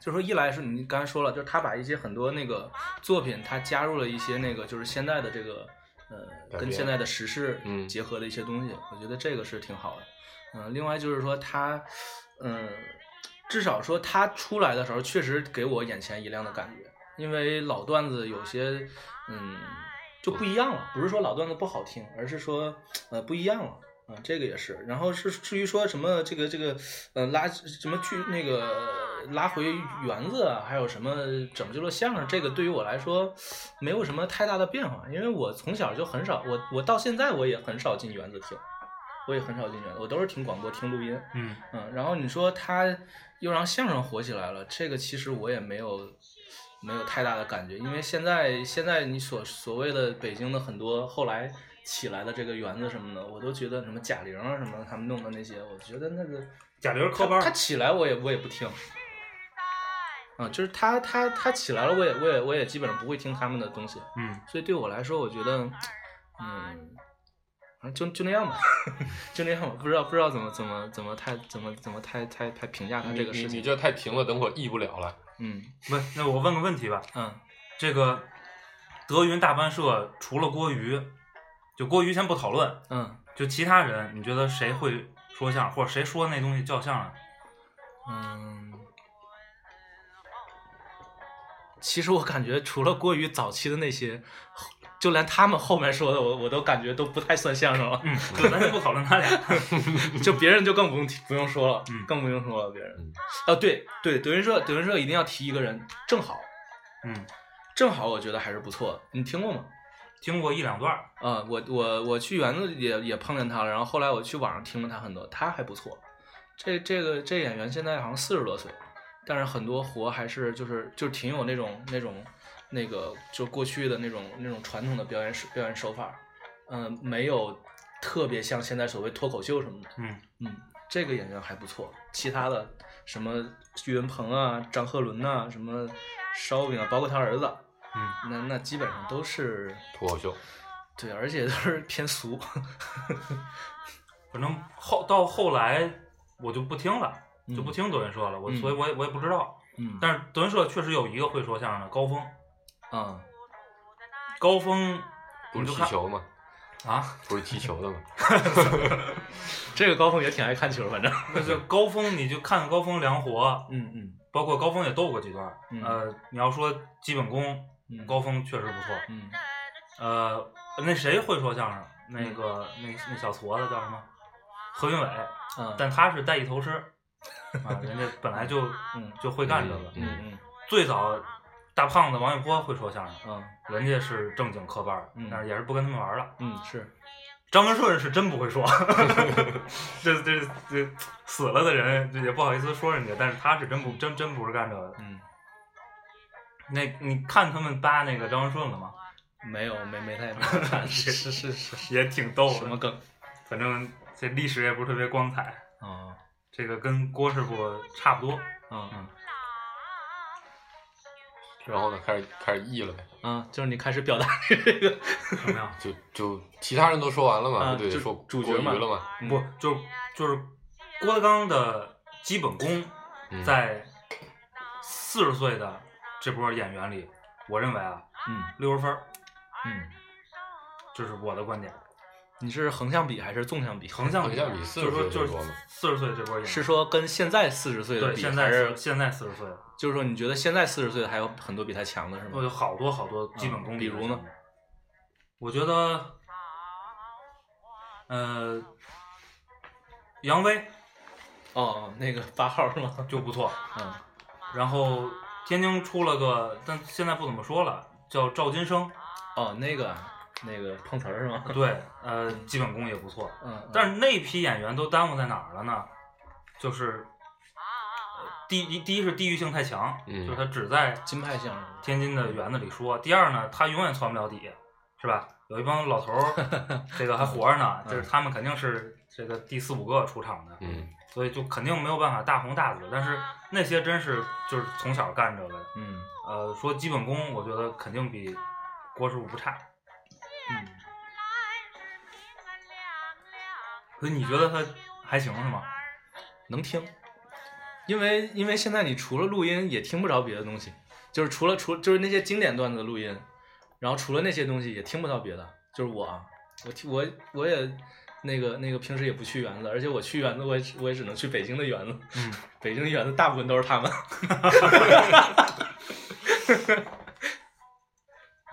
E: 就说一来是你刚才说了，就是他把一些很多那个作品，他加入了一些那个就是现在的这个
D: 改
E: 呃
D: 编
E: 跟现在的时事
D: 嗯
E: 结合的一些东西，我觉得这个是挺好的。嗯，另外就是说他，嗯，至少说他出来的时候，确实给我眼前一亮的感觉，因为老段子有些，嗯，就不一样了。不是说老段子不好听，而是说，呃，不一样了。啊、这个也是。然后是至于说什么这个这个，呃，拉什么剧那个拉回园子啊，还有什么拯救了相声，这个对于我来说没有什么太大的变化，因为我从小就很少，我我到现在我也很少进园子听，我也很少进园子，我都是听广播听录音。
C: 嗯，
E: 嗯，然后你说他又让相声火起来了，这个其实我也没有没有太大的感觉，因为现在现在你所所谓的北京的很多后来起来的这个园子什么的，我都觉得什么贾玲啊什么他们弄的那些，我觉得那个
C: 贾玲
E: 他
C: 科班
E: 他
C: 儿，
E: 起来我也我也不听。啊，就是他他他起来了，我也我也我也基本上不会听他们的东西，
C: 嗯，
E: 所以对我来说，我觉得，嗯，反正就就那样吧， 就那样吧，不知道不知道怎么怎么怎么太怎么怎么太太太评价他
D: 你
E: 这个
D: 你
E: 事
D: 你
E: 情。
D: 这太平了，等会儿抑不了了。
E: 嗯
C: 不，那我问个问题吧，
E: 嗯
C: 这个德云大班社除了郭瑜，就郭瑜先不讨论，
E: 嗯
C: 就其他人，你觉得谁会说相声，或者谁说那东西叫相声？
E: 嗯。其实我感觉，除了郭宇早期的那些，就连他们后面说的，我我都感觉都不太算相声了。
C: 嗯，就咱先不讨论他俩。
E: 就别人就更不用提，不用说了，
C: 嗯
E: 更不用说了。别人
D: 嗯，
E: 哦，对对，德云社德云社一定要提一个人，正好
C: 嗯，
E: 正好，我觉得还是不错的。你听过吗？
C: 听过一两段儿，
E: 啊、我我我去园子也也碰见他了，然后后来我去网上听了他很多，他还不错。这这个这演员现在好像四十多岁，但是很多活还是就是就挺有那种那种那个就过去的那种那种传统的表演手表演手法，嗯、没有特别像现在所谓脱口秀什么的。
C: 嗯
E: 嗯，这个演员还不错，其他的什么岳云鹏啊、张鹤伦呐、什么烧饼啊，包括他儿子，
C: 嗯，
E: 那那基本上都是
D: 脱口秀，
E: 对，而且都是偏俗。
C: 反正后到后来我就不听了，
E: 嗯
C: 就不听德云社了，我
E: 嗯
C: 所以我也我也不知道。
E: 嗯
C: 但是德云社确实有一个会说相声的高峰，
E: 啊，
C: 高峰
D: 不是
C: 你就
D: 踢
C: 看
D: 球吗？
C: 啊，
D: 不是踢球的吗？
E: 这个高峰也挺爱看球，反正。
C: 那就高峰你就看高峰梁活，
E: 嗯嗯
C: 包括高峰也斗过几段儿。
E: 嗯
C: 呃，你要说基本功，
E: 嗯
C: 高峰确实不错。
E: 嗯，
C: 呃，那谁会说相声？那个呃那那小矬子叫什么？何云伟，
E: 啊，
C: 但他是带一头师，啊，人家本来就
E: 嗯
C: 就会干这个。
E: 嗯嗯
C: 最早大胖子王一波会说相声，
E: 啊
C: 人家是正经科班儿
E: 嗯，
C: 但是也是不跟他们玩儿了。
E: 嗯是
C: 张文顺是真不 会说，这这这死了的人这也不好意思说人家，但是他是真不真真不是干这个的。
E: 嗯
C: 那你看他们扒那个张文顺了吗？
E: 没有没没太没太看是是是是
C: 也挺逗
E: 什
C: 的，
E: 么梗
C: 反正这历史也不是特别光彩。
E: 啊
C: 这个跟郭师傅差不多。
E: 啊
D: 然后呢，开始开始抑了呗，
E: 啊！就是你开始表达 这个
C: 怎么样？
D: 就就其他人都说完了嘛，
E: 啊
D: 不对，
E: 就
D: 说
E: 主角
D: 郭瑜
E: 嘛
D: 了嘛，
E: 嗯
C: 不，就就是郭德纲的基本功，
D: 嗯
C: 在四十岁的这波演员里，我认为啊，
E: 嗯
C: 六十分儿
E: 嗯
C: 这是我的观点。
E: 你是横向比还是纵向比？
C: 横向
D: 横向比40
C: 就是说
D: 岁
C: 就
D: 这波
C: 是
D: 嘛
C: 四十岁这波赢，
E: 是说跟现在四十岁的
C: 对，
E: 比，
C: 现
E: 还
C: 在
E: 是
C: 是现在四十岁了，
E: 就是说你觉得现在四十岁的还有很多比他强的是
C: 我
E: 吗？
C: 哦
E: 嗯
C: 有好多好多基本功
E: 比
C: 底、
E: 如呢？
C: 我觉得，呃，杨威
E: 哦，那个八号是吗？
C: 就不错。
E: 嗯，
C: 然后天津出了个，但现在不怎么说了，叫赵金 生。
E: 哦，那个那个碰瓷儿是吗？
C: 对，呃，基本功也不错。
E: 嗯，
C: 但
E: 是
C: 是那批演员都耽误在哪儿了呢？就是，呃第一第一是地域性太强，
D: 嗯
C: 就是他只在
E: 金牌相声
C: 天津的园子里说。第二呢，他永远窜不了底，是吧？有一帮老头儿， 这个还活着呢，就是他们肯定是这个第四五个出场的，
D: 嗯，
C: 所以就肯定没有办法大红大紫。但是那些真是就是从小干这个的，
E: 嗯
C: 呃，说基本功，我觉得肯定比郭师傅不差。
E: 嗯，
C: 所以你觉得他还行是吗？
E: 能听，因为因为现在你除了录音也听不着别的东西，就是除了除就是那些经典段子的录音，然后除了那些东西也听不到别的。就是我啊，我听我我也那个那个平时也不去园子，而且我去园子我也只我也只能去北京的园子，
C: 嗯，
E: 北京的园子大部分都是他们。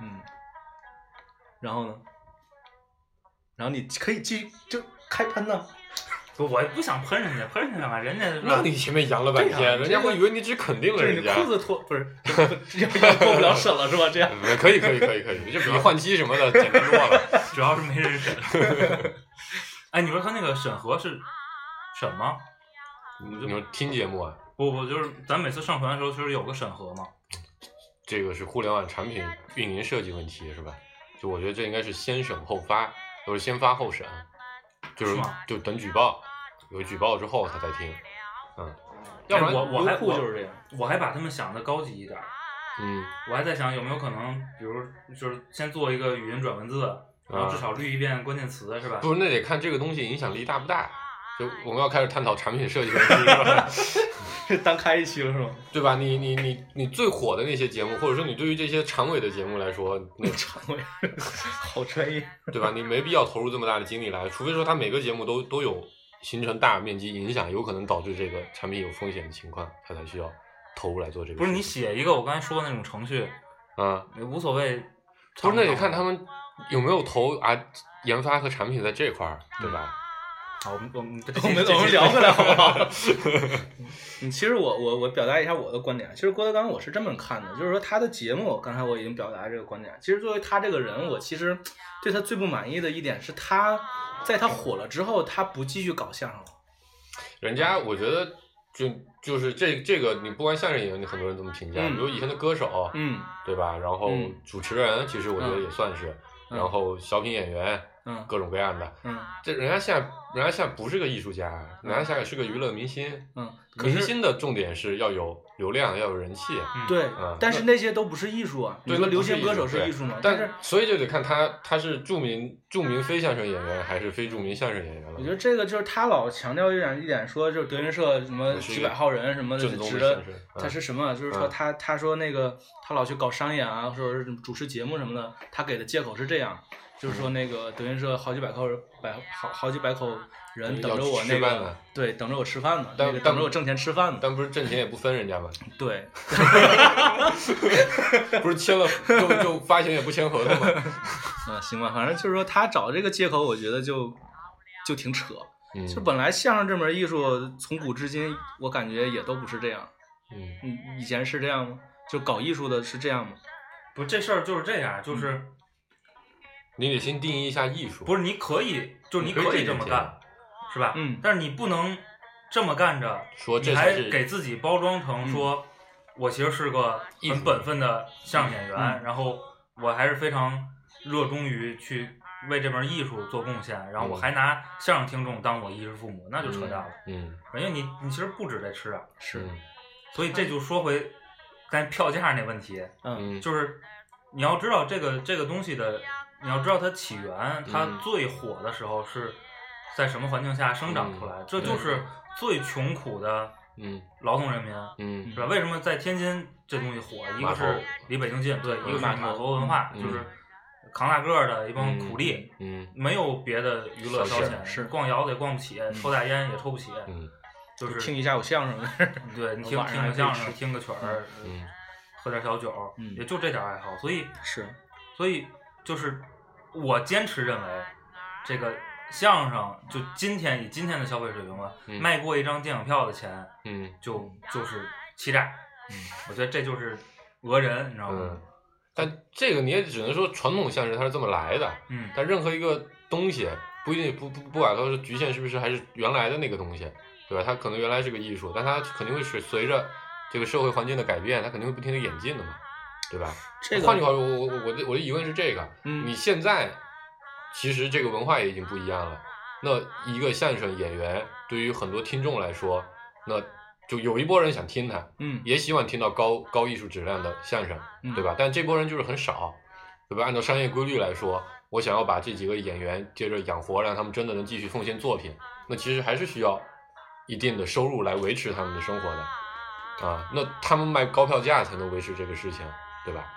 E: 嗯，然后呢？然后你可以继续就开喷呢、
C: 我也不想喷人家，喷人家干嘛？人家是吧
D: 那你前面扬了半
E: 对呀啊
D: 天，人家会以为你只肯定了
E: 就是
D: 人
E: 你
D: 家。
E: 裤子脱不是，要要过不了审了是吧？这样，
D: 嗯可以可以可以可以，就比换妻什么的简单多 了。
C: 主要是没人审。 哎，你说他那个审核是审吗？
D: 你们听节目啊，
C: 不不，就是咱每次上传的时候，就是有个审核嘛。
D: 这个是互联网产品运营设计问题是吧？就我觉得这应该是先审后发，都是先发后审，就是
C: 是吗
D: 就等举报，有举报之后他再听。嗯，要
C: 哎
D: 不然
C: 我我还
E: 优酷就是这样。
C: 我还把他们想的高级一点儿，
D: 嗯
C: 我还在想有没有可能，比如就是先做一个语音转文字，然后至少滤一遍关键词，啊是吧？
D: 不是那得看这个东西影响力大不大。就我们要开始探讨产品设计问题是吧？
E: 这 单开一期了是吗？
D: 对吧？你你你你最火的那些节目，或者说你对于这些常委的节目来说， 那
E: 我也好专业。
D: 对吧？你没必要投入这么大的精力来，除非说他每个节目都都有形成大面积影响，有可能导致这个产品有风险的情况，他才需要投入来做这个事情。
C: 不是你写一个我刚才说的那种程序，
D: 啊，
C: 也无所谓。
D: 不是那得看他们有没有投啊，研发和产品在这块儿，对吧？
C: 好，我们我 们
E: 我们我们聊回来好不好？嗯， 其实我我我表达一下我的观点，啊其实郭德纲我是这么看的，就是说他的节目，刚才我已经表达这个观点。啊其实作为他这个人，我其实对他最不满意的一点是他在他火了之后，他不继续搞相声了。嗯
D: 人家我觉得就就是这这个，你不光相声演员，你很多人这么评价，
E: 嗯
D: 比如以前的歌手，
E: 嗯
D: 对吧？然后
E: 嗯
D: 主持人，其实我觉得
E: 嗯
D: 也算是，
E: 嗯
D: 然后小品演员，
E: 嗯
D: 各种各样的。
E: 嗯
D: 这人家现在，人家现在不是个艺术家，人家现在是个娱乐明星。
E: 嗯，可
D: 明
E: 是
D: 星的重点是要有流量，要有人气。
E: 对
D: 嗯，
E: 但是那些都不是艺术啊。你
D: 对，
E: 说
D: 那
E: 流
D: 不是
E: 行歌手是
D: 对
E: 艺术吗？
D: 但
E: 是
D: 所以就得看他他是著名著名非相声演员还是非著名相声演员了。
E: 我觉得这个就是他老强调一点一点说，就是德云社什么
D: 我是一
E: 几
D: 个
E: 百号人什么的，
D: 正宗
E: 指
D: 的
E: 着
D: 相声嗯
E: 他是什么，啊就是说
D: 嗯
E: 他他说那个他老去搞商演啊，或者是主持节目什么的，他给的借口是这样，就是
D: 嗯
E: 说那个德云社好几百口人百好好几百口人等着我
D: 要吃
E: 那
D: 饭
E: 个
D: 呢
E: 对等着我吃饭呢，
D: 但
E: 那个
D: 但
E: 等着我挣钱吃饭呢，
D: 但不是挣钱也不分人家吗？
E: 对，
D: 不是签了就就发行也不签合同 吗？
E: 嗯行吧，反正就是说他找这个借口，我觉得就就挺扯。
D: 嗯
E: 就本来相声这门艺术从古至今，我感觉也都不是这样。
D: 嗯
E: 嗯，以前是这样吗？就搞艺术的是这样吗？
C: 不，这事儿就是这样，就是
D: 你得先定义一下艺术。
C: 不是你可以，就是你可以这么干，是吧？
E: 嗯
C: 但是你不能这么干着，
D: 说这
C: 你
D: 才
C: 还
D: 是
C: 给自己包装成说，我其实是个很本分的相声演员，
E: 嗯
C: 然后我还是非常热衷于去为这门艺术做贡献，然后我还拿相声听众当我衣食父母，那就扯淡了。
D: 嗯
C: 人家你你其实不止这吃啊，
E: 是
D: 嗯
C: 所以这就说回刚才票价那问题，
E: 嗯
D: 嗯
C: 就是你要知道这个这个东西的，你要知道它起源，它
D: 嗯
C: 最火的时候是在什么环境下生长出来，这就是最穷苦的
D: 嗯
C: 劳动人民，
D: 嗯
C: 是吧？为什么在天津这东西火？一
D: 码
C: 个
D: 头
C: 是离北京近，对，一个是码头文化，
D: 嗯
C: 就是扛大个儿的一帮苦力，
D: 嗯
C: 没有别的娱乐消
D: 消遣
C: 遣，
E: 是
C: 逛窑子也逛不起，抽大烟也抽不起，
D: 嗯
C: 就是
E: 听一下午相声，
C: 对你听
E: 晚上
C: 听
E: 还可
C: 个
E: 以
C: 相声，
E: 吃
C: 听个曲儿，
D: 嗯
C: 喝点小酒，
E: 嗯
C: 也就这点爱好。所以，
E: 是
C: 所以就是我坚持认
D: 呃
C: 为，这个相声就今天以今天的消费水平吧，
D: 嗯
C: 卖过一张电影票的钱
D: 嗯
C: 就就是欺诈。嗯我觉得这就是讹人，你知道吗
D: 嗯？，但这个你也只能说传统相声它是这么来的，
C: 嗯，
D: 但任何一个东西不一定不不不管它是局限是不是还是原来的那个东西，对吧？它可能原来是个艺术，但它肯定会随随着这个社会环境的改变，它肯定会不停的演进的嘛，对吧？
E: 这个
D: 换句话说，我我我的我的疑问是这个，
E: 嗯
D: 你现在其实这个文化也已经不一样了。那一个相声演员对于很多听众来说，那就有一波人想听他，
E: 嗯
D: 也喜欢听到高高艺术质量的相声，
E: 嗯
D: 对吧？但这波人就是很少，对吧？按照商业规律来说，我想要把这几个演员接着养活，让他们真的能继续奉献作品，那其实还是需要一定的收入来维持他们的生活的，啊，那他们卖高票价才能维持这个事情，对吧？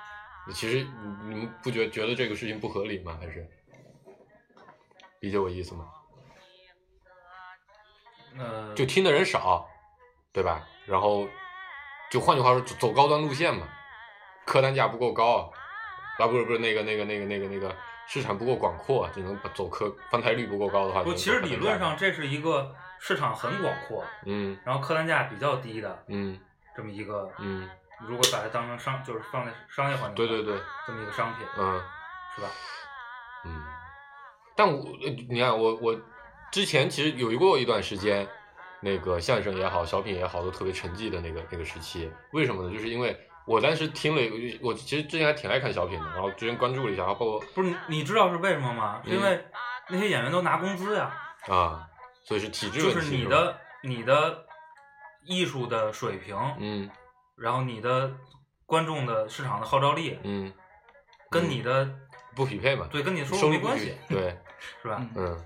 D: 其实你你们不觉觉得这个事情不合理吗？还是理解我意思吗？
C: 呃，
D: 就听的人少，对吧？然后就换句话说，走走高端路线嘛，客单价不够高，啊，不是不是那个那个那个那个那个市场不够广阔，啊只能走客翻台率不够高的话，
C: 不，
D: 只能
C: 其实
D: 走
C: 理
D: 客单
C: 论
D: 价
C: 上，这是一个市场很广阔，
D: 嗯
C: 然后客单价比较低的
D: 嗯
C: 这么一个，
D: 嗯，
C: 如果把它当成商，就是放在商业环境，
D: 对对，对，
C: 这么一个商品，
D: 嗯
C: 是吧？
D: 嗯，但我呃你看我我之前其实有过一段时间，那个相声也好，小品也好，都特别沉寂的那个那个时期。为什么呢？就是因为我当时听了一个，我其实之前还挺爱看小品的，然后之前关注了一下，然后包括
C: 不是，你知道是为什么吗？
D: 嗯
C: 是因为那些演员都拿工资呀，
D: 啊，所以是体制
C: 就
D: 问题。
C: 是你
D: 吧，
C: 的你的艺术的水平，
D: 嗯
C: 然后你的观众的市场的号召力，
D: 嗯，
C: 跟你的
D: 不匹配嘛，
C: 对跟你的收
D: 收
C: 入没
D: 入不
C: 关
D: 匹
C: 系，
D: 配。对，
C: 是吧？
E: 嗯
D: 嗯，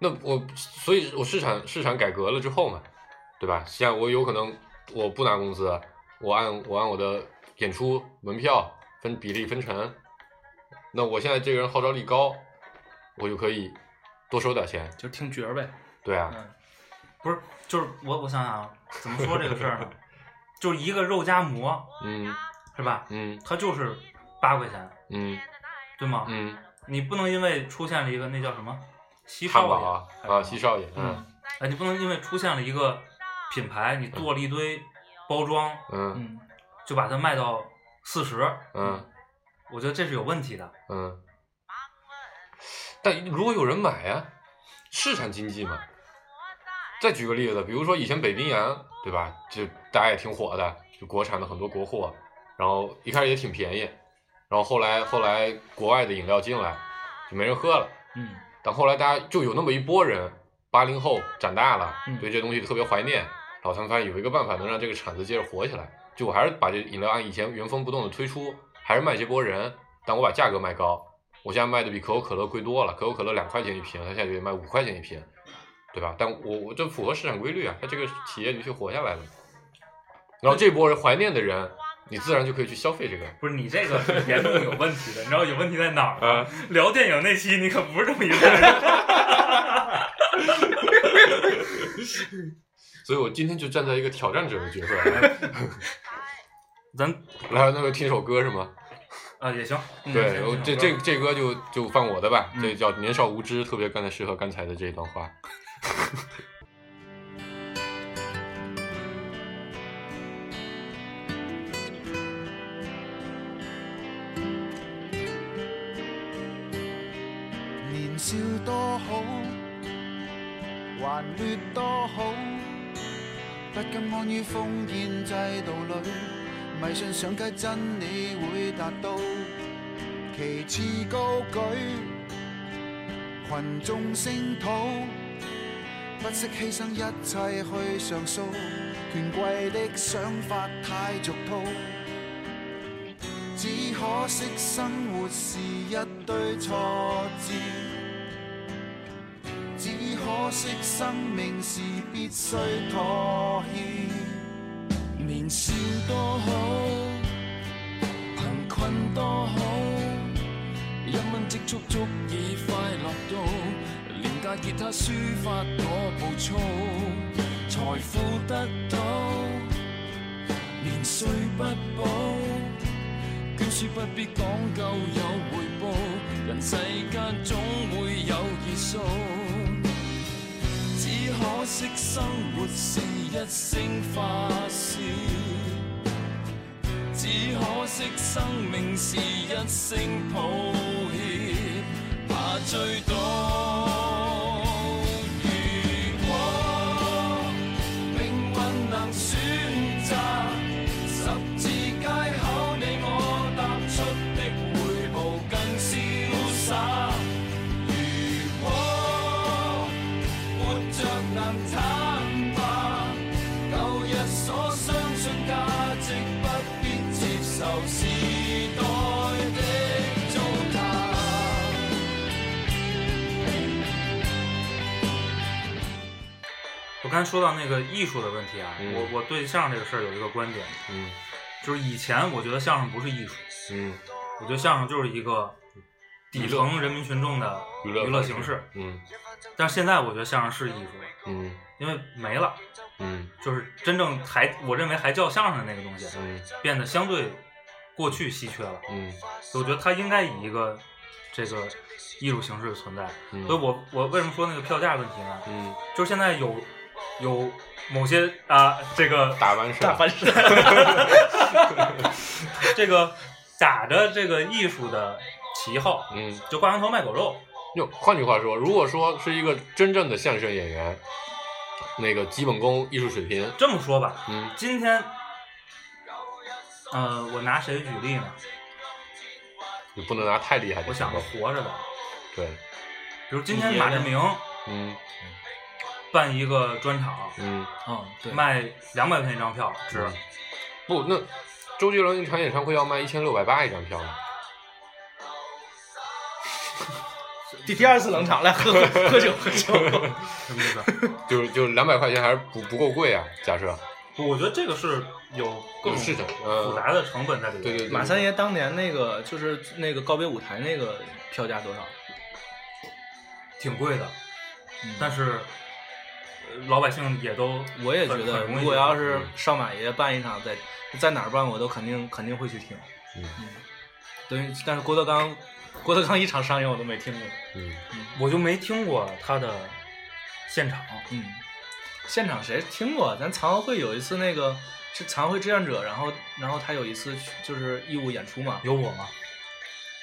D: 那我所以，我市场市场改革了之后嘛，对吧？现在我有可能我不拿工资，我按我按我的演出门票分比例分成，那我现在这个人号召力高，我就可以多收点钱，
E: 就听角儿呗，
D: 对啊，
E: 嗯
C: 不是，就是我我想想啊，怎么说这个事儿呢？就是一个肉夹馍，
D: 嗯
C: 是吧？
D: 嗯
C: 它就是八块钱，
D: 嗯
C: 对吗？
D: 嗯，
C: 你不能因为出现了一个那叫什么西
D: 汉
C: 少爷
D: 堡啊啊，西
C: 少，
D: 少爷，嗯
C: 嗯，哎，你不能因为出现了一个品牌，你做了一堆包装，
D: 嗯
E: 嗯
C: 就把它卖到四十，
D: 嗯
C: 我觉得这是有问题的。
D: 嗯，但如果有人买呀、市场经济嘛。再举个例子，比如说以前北冰洋，对吧？就大家也挺火的，就国产的很多国货，然后一开始也挺便宜，然后后来后来国外的饮料进来，就没人喝了。
E: 嗯
D: 但后来大家就有那么一波人，八零后长大了，
E: 嗯
D: 对这东西特别怀念，然后他们发现有一个办法能让这个产子接着火起来，就我还是把这饮料按以前原封不动的推出，还是卖这波人，但我把价格卖高，我现在卖的比可口可乐贵多了，可口可乐两块钱一瓶，它现在就得卖五块钱一瓶，对吧？但我我这符合市场规律啊，它这个企业就去活下来了。然后这波人怀念的人，你自然就可以去消费这个。
C: 不是你这个是严重有问题的，你知道有问题在哪儿吗？
D: 啊，
C: 聊电影那期你可不是这么一个人，
D: 所以我今天就站在一个挑战者的角色来，
C: 咱
D: 来，那个听首歌是吗？
C: 啊也行，嗯
D: 对，
C: 行
D: 我
C: 行
D: 这
C: 行
D: 这这歌就就放我的吧，
C: 嗯
D: 这叫年少无知，特别刚才适合刚才的这一段话。
I: 年少多好，還劣多好，不甘安於封建制度裏，迷信上街真理會達到，旗幟高舉，群眾聲討，不惜犧牲一切去上訴，權貴的想法太俗套。只可惜生活是一堆錯字，只可惜生命是必須妥協。年少多好，貧困多好，有
H: 積蓄足以快樂到，廉價吉他抒發我暴躁，財富得到，年歲不保。捐書不必講究有回報，人世間總會有二數。只可惜生活是一聲發笑，只可惜生命是一聲抱歉，怕醉倒如果命運能選擇。十字街口，你我踏出的每步更瀟灑。如果活着能坦白，舊日所相信價值不必接受時代的糟蹋。
C: 我刚才说到那个艺术的问题啊，
D: 嗯
C: 我我对相声这个事儿有一个观点，
D: 嗯
C: 就是以前我觉得相声不是艺术，
D: 嗯
C: 我觉得相声就是一个底层人民群众的
D: 娱
C: 娱
D: 乐
C: 乐形式，
D: 嗯
C: 但是现在我觉得相声是艺术了，
D: 嗯
C: 因为没了，
D: 嗯
C: 就是真正还我认为还叫相声的那个东西，
D: 嗯
C: 变得相对过去稀缺了，
D: 嗯
C: 所以我觉得它应该以一个这个艺术形式存在。
D: 嗯
C: 所以我我为什么说那个票价问题呢？
D: 嗯，
C: 就是现在有有某些啊，这个
D: 打完是
E: 大
D: 吧
E: 翻身，
C: 这个打着这个艺术的旗号，
D: 嗯。
C: 就挂羊头卖狗肉，
D: 就换句话说，如果说是一个真正的相声演员，那个基本功、艺术水平，
C: 这么说吧，
D: 嗯
C: 今天，呃，我拿谁举例呢？
D: 你不能拿太厉害
C: 我
D: 的
C: 想
D: 想
C: 着
D: 法。
C: 活着的，
D: 对，
C: 比如今天马志明
D: 嗯
C: 办一个专场，
D: 嗯，
E: 嗯，对，
C: 卖两百块钱一张票，值。
D: 不，那周杰伦一场演唱会要卖一千六百八一张票呢。
E: 第第二次冷场，来 喝喝喝酒喝酒。
C: 什么意思？
D: 就是就是两百块钱还是不不够贵啊？假设，
C: 我觉得这个是有各
D: 有
C: 种
D: 事情嗯
E: 呃
C: 复杂的成本在里
D: 对
C: 面。
D: 对对，
E: 马三爷当年那个就是那个告别舞台那个票价多少？
C: 挺贵的，
E: 嗯
C: 但是呃老百姓也都
E: 我也觉
C: 很
E: 得，
C: 很容易
E: 如果要是
D: 嗯
E: 上马爷办一场在，在哪儿办，我都肯定肯定会去听。
D: 嗯
E: 等于，但是郭德纲，郭德纲一场商演我都没听过。
D: 嗯
C: 我就没听过他的现场，
E: 嗯，现场谁听过？咱残奥会有一次那个是残奥会志愿者，然后然后他有一次去就是义务演出嘛，
C: 有我吗？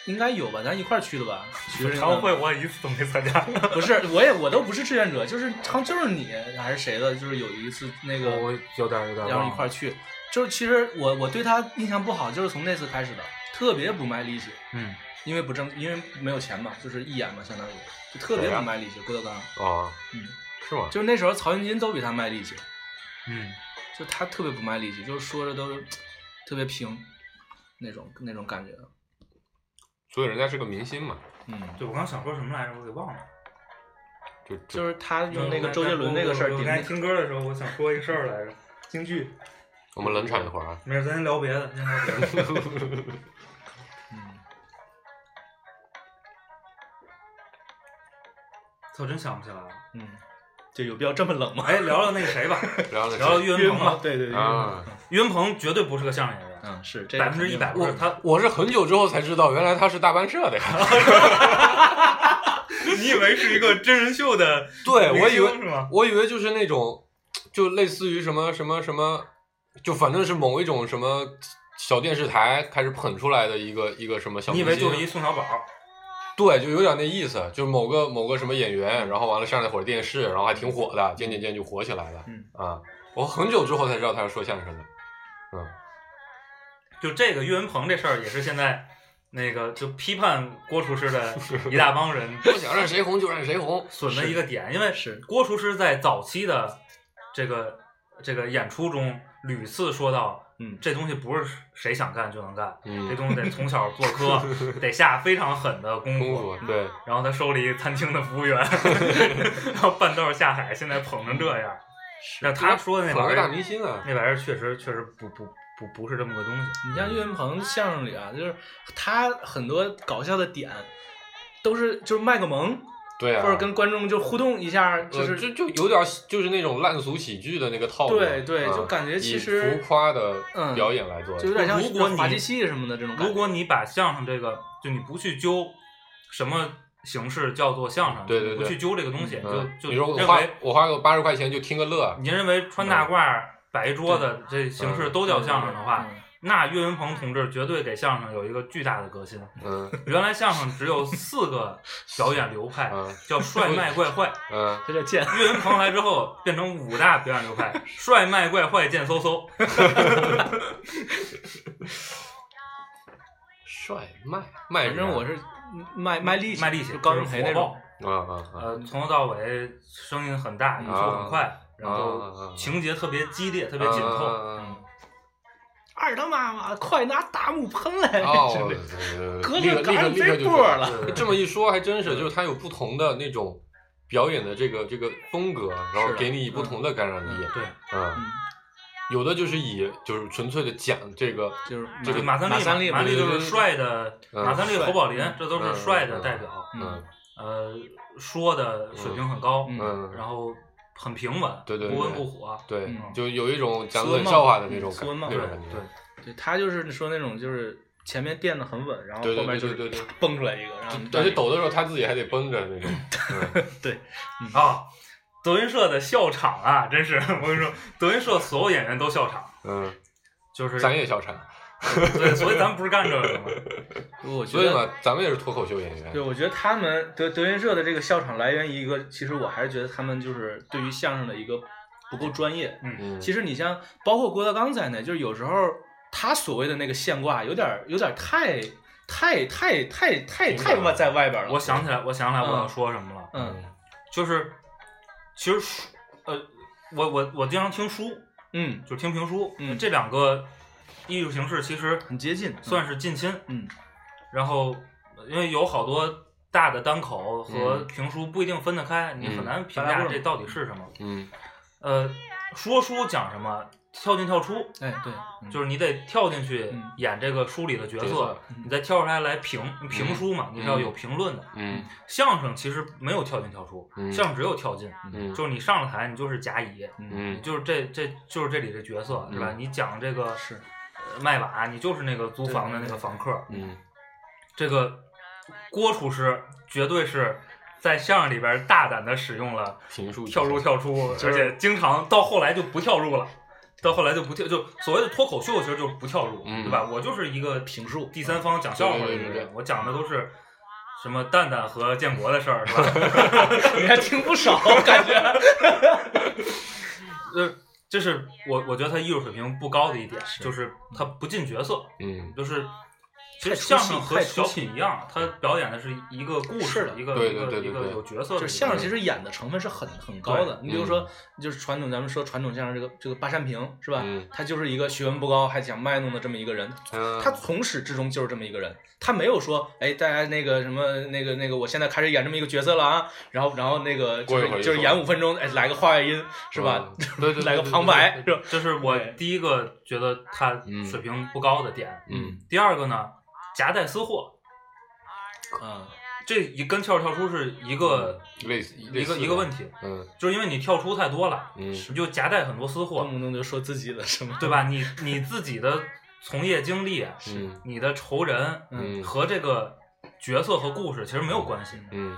E: 应该有吧？咱一块儿去的吧？徐志
C: 残奥
E: 摩
C: 会我也一次都没参 加，
E: 不是，我也我都不是志愿者，就是好像就是你还是谁的，就是有一次那个
C: 我有点有点
E: 然后一块儿
C: 儿，
E: 去。就是其实我我对他印象不好，就是从那次开始的，特别不卖力气，
C: 嗯，
E: 因为不挣，因为没有钱嘛，就是义演嘛，相当于就特别
D: 谁呀
E: 不卖力气。郭德纲，
D: 啊，
E: 嗯，
D: 是吗？
E: 就是那时候曹云金都比他卖力气，
C: 嗯，
E: 就他特别不卖力气，就是说着都是特别平那种那种感觉。
D: 所以人家是个明星嘛，
E: 嗯，
C: 对我刚想说什么来着，我给忘了。
D: 就
E: 就是他用那个周杰伦那个事儿
C: 我
E: 顶
C: 刚才听歌的时候，我想说一个事儿来着，京剧，
D: 我们冷场一会儿啊。
C: 没事，咱先聊别的，先聊别的。
E: 嗯，
C: 操，真想不起来了。
E: 嗯，就有必要这么冷吗？
C: 哎，聊聊那个谁吧，
D: 然后呢？
C: 聊聊岳云鹏吧。
E: 对对对，
D: 啊，
C: 岳云鹏绝对不是个相声演员，
E: 嗯，是这
C: 百分之一百不
D: 我
C: 是他。
D: 我是很久之后才知道，原来他是大班社的呀。
C: 你以为是一个真人秀 的
D: 对我以为
C: 明星是吗？
D: 我以为就是那种，就类似于什么什么什么，就反正是某一种什么小电视台开始捧出来的一个一个什么小
C: 你以
D: 明星。
C: 为就是一宋小宝？
D: 对，就有点那意思，就是某个某个什么演员，然后完了上了会儿电视，然后还挺火的，渐渐渐就火起来了。
E: 嗯
D: 啊，我很久之后才知道他是说相声的。嗯
C: 就这个岳云鹏这事儿，也是现在那个就批判郭厨师 的一大帮人
D: 不想让谁红就让谁红。
C: 损的一个点，因为
E: 是
C: 郭厨师在早期的这个这个演出中屡次说到，
E: 嗯
C: 这东西不是谁想干就能干，
D: 嗯
C: 这东西得从小 做科，得下非常狠的功
D: 功夫对，
C: 然后他收了一餐厅的服务员， 然后半道下海，现在捧成这样。那他说的那
D: 捧
C: 玩
D: 个
C: 意
D: 大
C: 儿，
D: 明星啊。
C: 那玩意儿确实确实不不不不是这么个东西。
E: 你像岳云鹏相声里啊，就是他很多搞笑的点，都是就是卖个萌，
D: 对啊，
E: 或者跟观众就互动一下，就
D: 呃
E: 是
D: 就就有点儿就是那种烂俗喜剧的那个套路，
E: 对对
D: 嗯
E: 就感觉其
D: 以
E: 实
D: 浮夸的
E: 嗯
D: 表演来做的，
E: 就有点像
C: 如果你
E: 滑稽戏什么的这种感觉。
C: 如果你把相声这个，就你不去揪什么形式叫做相声，
D: 对对对
C: 你不去揪这个东西，
D: 嗯
C: 就
D: 你
C: 就
D: 说我
C: 认
D: 花
C: 为
D: 我花个八十块钱就听个乐，啊
C: 你认为穿
D: 嗯
C: 大褂儿、摆一桌子这形式都叫相声的话，
E: 嗯
C: 那岳云鹏同志绝对给相声有一个巨大的革新。
D: 嗯
C: 原来相声只有四个表演流派，
D: 嗯
C: 叫帅卖怪坏。
D: 嗯，
E: 有点贱，
C: 岳云鹏来之后变成五大表演流派：帅卖怪坏贱嗖嗖。
D: 帅卖卖啊
E: 反
D: 啥，
E: 正我是卖卖力气，
C: 卖力气
E: 就高胜培那
C: 就是火
E: 种嗯
C: 爆。
D: 啊啊啊，
C: 呃，从头到尾声音很大，语
E: 啊
C: 速很快，然后情节特别激烈，特
D: 特
C: 别紧
E: 啊
C: 凑。
E: 嗯
D: 哦，
E: 二他妈妈，快拿大木喷来！
D: 我
E: 之类的
D: 立
E: 隔
D: 刻啊哦呃立刻
E: 着杆
D: 立
E: 飞
D: 刻就
E: 波
D: 知道
E: 了。嗯
C: 对
D: 这么一说还真是，就是它有不同的那种表演的这个这个风格，然
E: 是
D: 后
E: 的
D: 给你不同的感染力。
C: 对，
D: 嗯，
E: 嗯，
D: 有的就是以就是纯粹的讲这个，
E: 就是嗯
D: 这个
C: 马三立嘛，
E: 三立嘛，
C: 马三立
D: 对
C: 就
D: 对
C: 是
D: 对
C: 帅的，
D: 嗯
C: 马三立、
E: 帅
C: 侯宝林
E: 嗯，
C: 这都是帅的代表。
D: 嗯
C: 呃，说的水平很高，
E: 嗯
D: 嗯，
C: 然后很平稳，
D: 对对对
C: 不温不火。
D: 对
E: 嗯，
D: 就有一种讲
E: 苏
D: 冷
E: 文茂
D: 笑话的那种
E: 嗯
D: 感
E: 苏文茂
D: 那
C: 对
D: 种感觉。
C: 对，
E: 对他就是说那种就是前面垫的很稳，然后
D: 对
E: 后
D: 对对
E: 面就是
D: 对对对
E: 啪蹦出来一个，然后
D: 而且抖的时候他自己还得绷着那种，嗯
C: 啊，德云社的笑场啊，真是我跟你说，德云社所有演员都笑场，
D: 嗯，
C: 就是
D: 咱也笑场，
C: 对， 所以咱们不是干这个的吗？
E: 我觉
D: 所以
E: 得。
D: 嘛，咱们也是脱口秀演员
E: 对，。我觉得他们德德云社的这个笑场来源于一个，其实我还是觉得他们就是对于相声的一个不够专业。
D: 嗯，
E: 其实你像包括郭德纲在内，就是有时候他所谓的那个现挂，有点有点太太太太太太外在外边了。
C: 我想起来，我想起来我要说什么了，
E: 嗯
C: 就是其实书，呃，我我我经常听书，
E: 嗯，
C: 就听评书，
E: 嗯
C: 这两个艺术形式其实
E: 很接近，
C: 算是近亲，
E: 嗯
C: 然后呃因为有好多大的单口和
D: 嗯
C: 评书不一定分得开，你很难评
E: 白大
C: 价
E: 褂儿
C: 这到底是什么。
D: 嗯
C: 呃，说书讲什么，跳进跳出，
E: 哎对，嗯
C: 就是你得跳进去
E: 嗯
C: 演这个书里的角
D: 角
C: 色嗯
D: 色，
C: 你再跳出来来评评书嘛，你是要有评论的。
D: 嗯
C: 相声其实没有跳进跳出，
D: 嗯
C: 相声只有跳进，
D: 嗯
C: 就是你上了台，你就是甲乙，
D: 嗯
C: 就是这这就是这里的角色，是吧？
D: 嗯
C: 你讲这个
E: 是
C: 呃卖瓦，你就是那个租房的那个房客。
D: 嗯，
C: 这个郭厨师绝对是在相声里边大胆的使用了
D: 评书
C: 跳入
D: 入
C: 跳出，
E: 就是
C: 而且经常到后来就不跳入了。到后来就不跳，就所谓的脱口秀，其实就是不跳入，
D: 嗯
C: 对吧？我就是一个评述、第三方讲笑话的一个
D: 对对对
C: 人
D: 对，
C: 我讲的都是什么蛋蛋和建国的事儿，是吧？
E: 你还听不少，感觉
C: 呃，这是我我觉得他艺术水平不高的一点，就是他不进角色，
D: 嗯
C: 就是其实
E: 太出
C: 相
E: 戏
C: 声和
E: 太出
C: 小
E: 戏
C: 品一样，他表演的是一个故
E: 是
C: 事，
E: 的
C: 一个
D: 对
C: 一
D: 对
C: 个
D: 对
C: 一
D: 对
C: 个
D: 对
C: 有角色的一
E: 就
C: 个，
E: 是相声其实演的成分是很很高的。
C: 对
E: 你比如说，就是传统咱们说传统相声这个这个八扇屏是吧？
D: 嗯
E: 他就是一个学问不高还想卖弄的这么一个人，
D: 嗯
E: 他从始至终就是这么一个人，他没有说，哎，大家那个什么，那个那个，我现在开始演这么一个角色了啊，然后然后那个就
D: 过一会儿
E: 是
D: 就
E: 就是
D: 说
E: 演五分钟，哎，来个话外音是吧？？
D: 嗯对对对，
E: 来个
D: 对
E: 旁白，是吧？
C: 这是我
E: 对
C: 第一个觉得他水平不高的点。
D: 嗯
C: 第二个呢，夹带私货，
E: 嗯，
C: 这一跟跳入跳出是一个
D: 嗯类似
C: 一个一个问，题，
D: 类似的
C: 就是因为你跳出太多了，
D: 嗯
C: 你就夹带很多私货
E: 动，不动就说自己的什么，
C: 对吧？你你自己的从业经历，啊
D: 嗯
C: 你的仇人
D: 嗯
C: 和这个角色和故事其实没有关系。
D: 嗯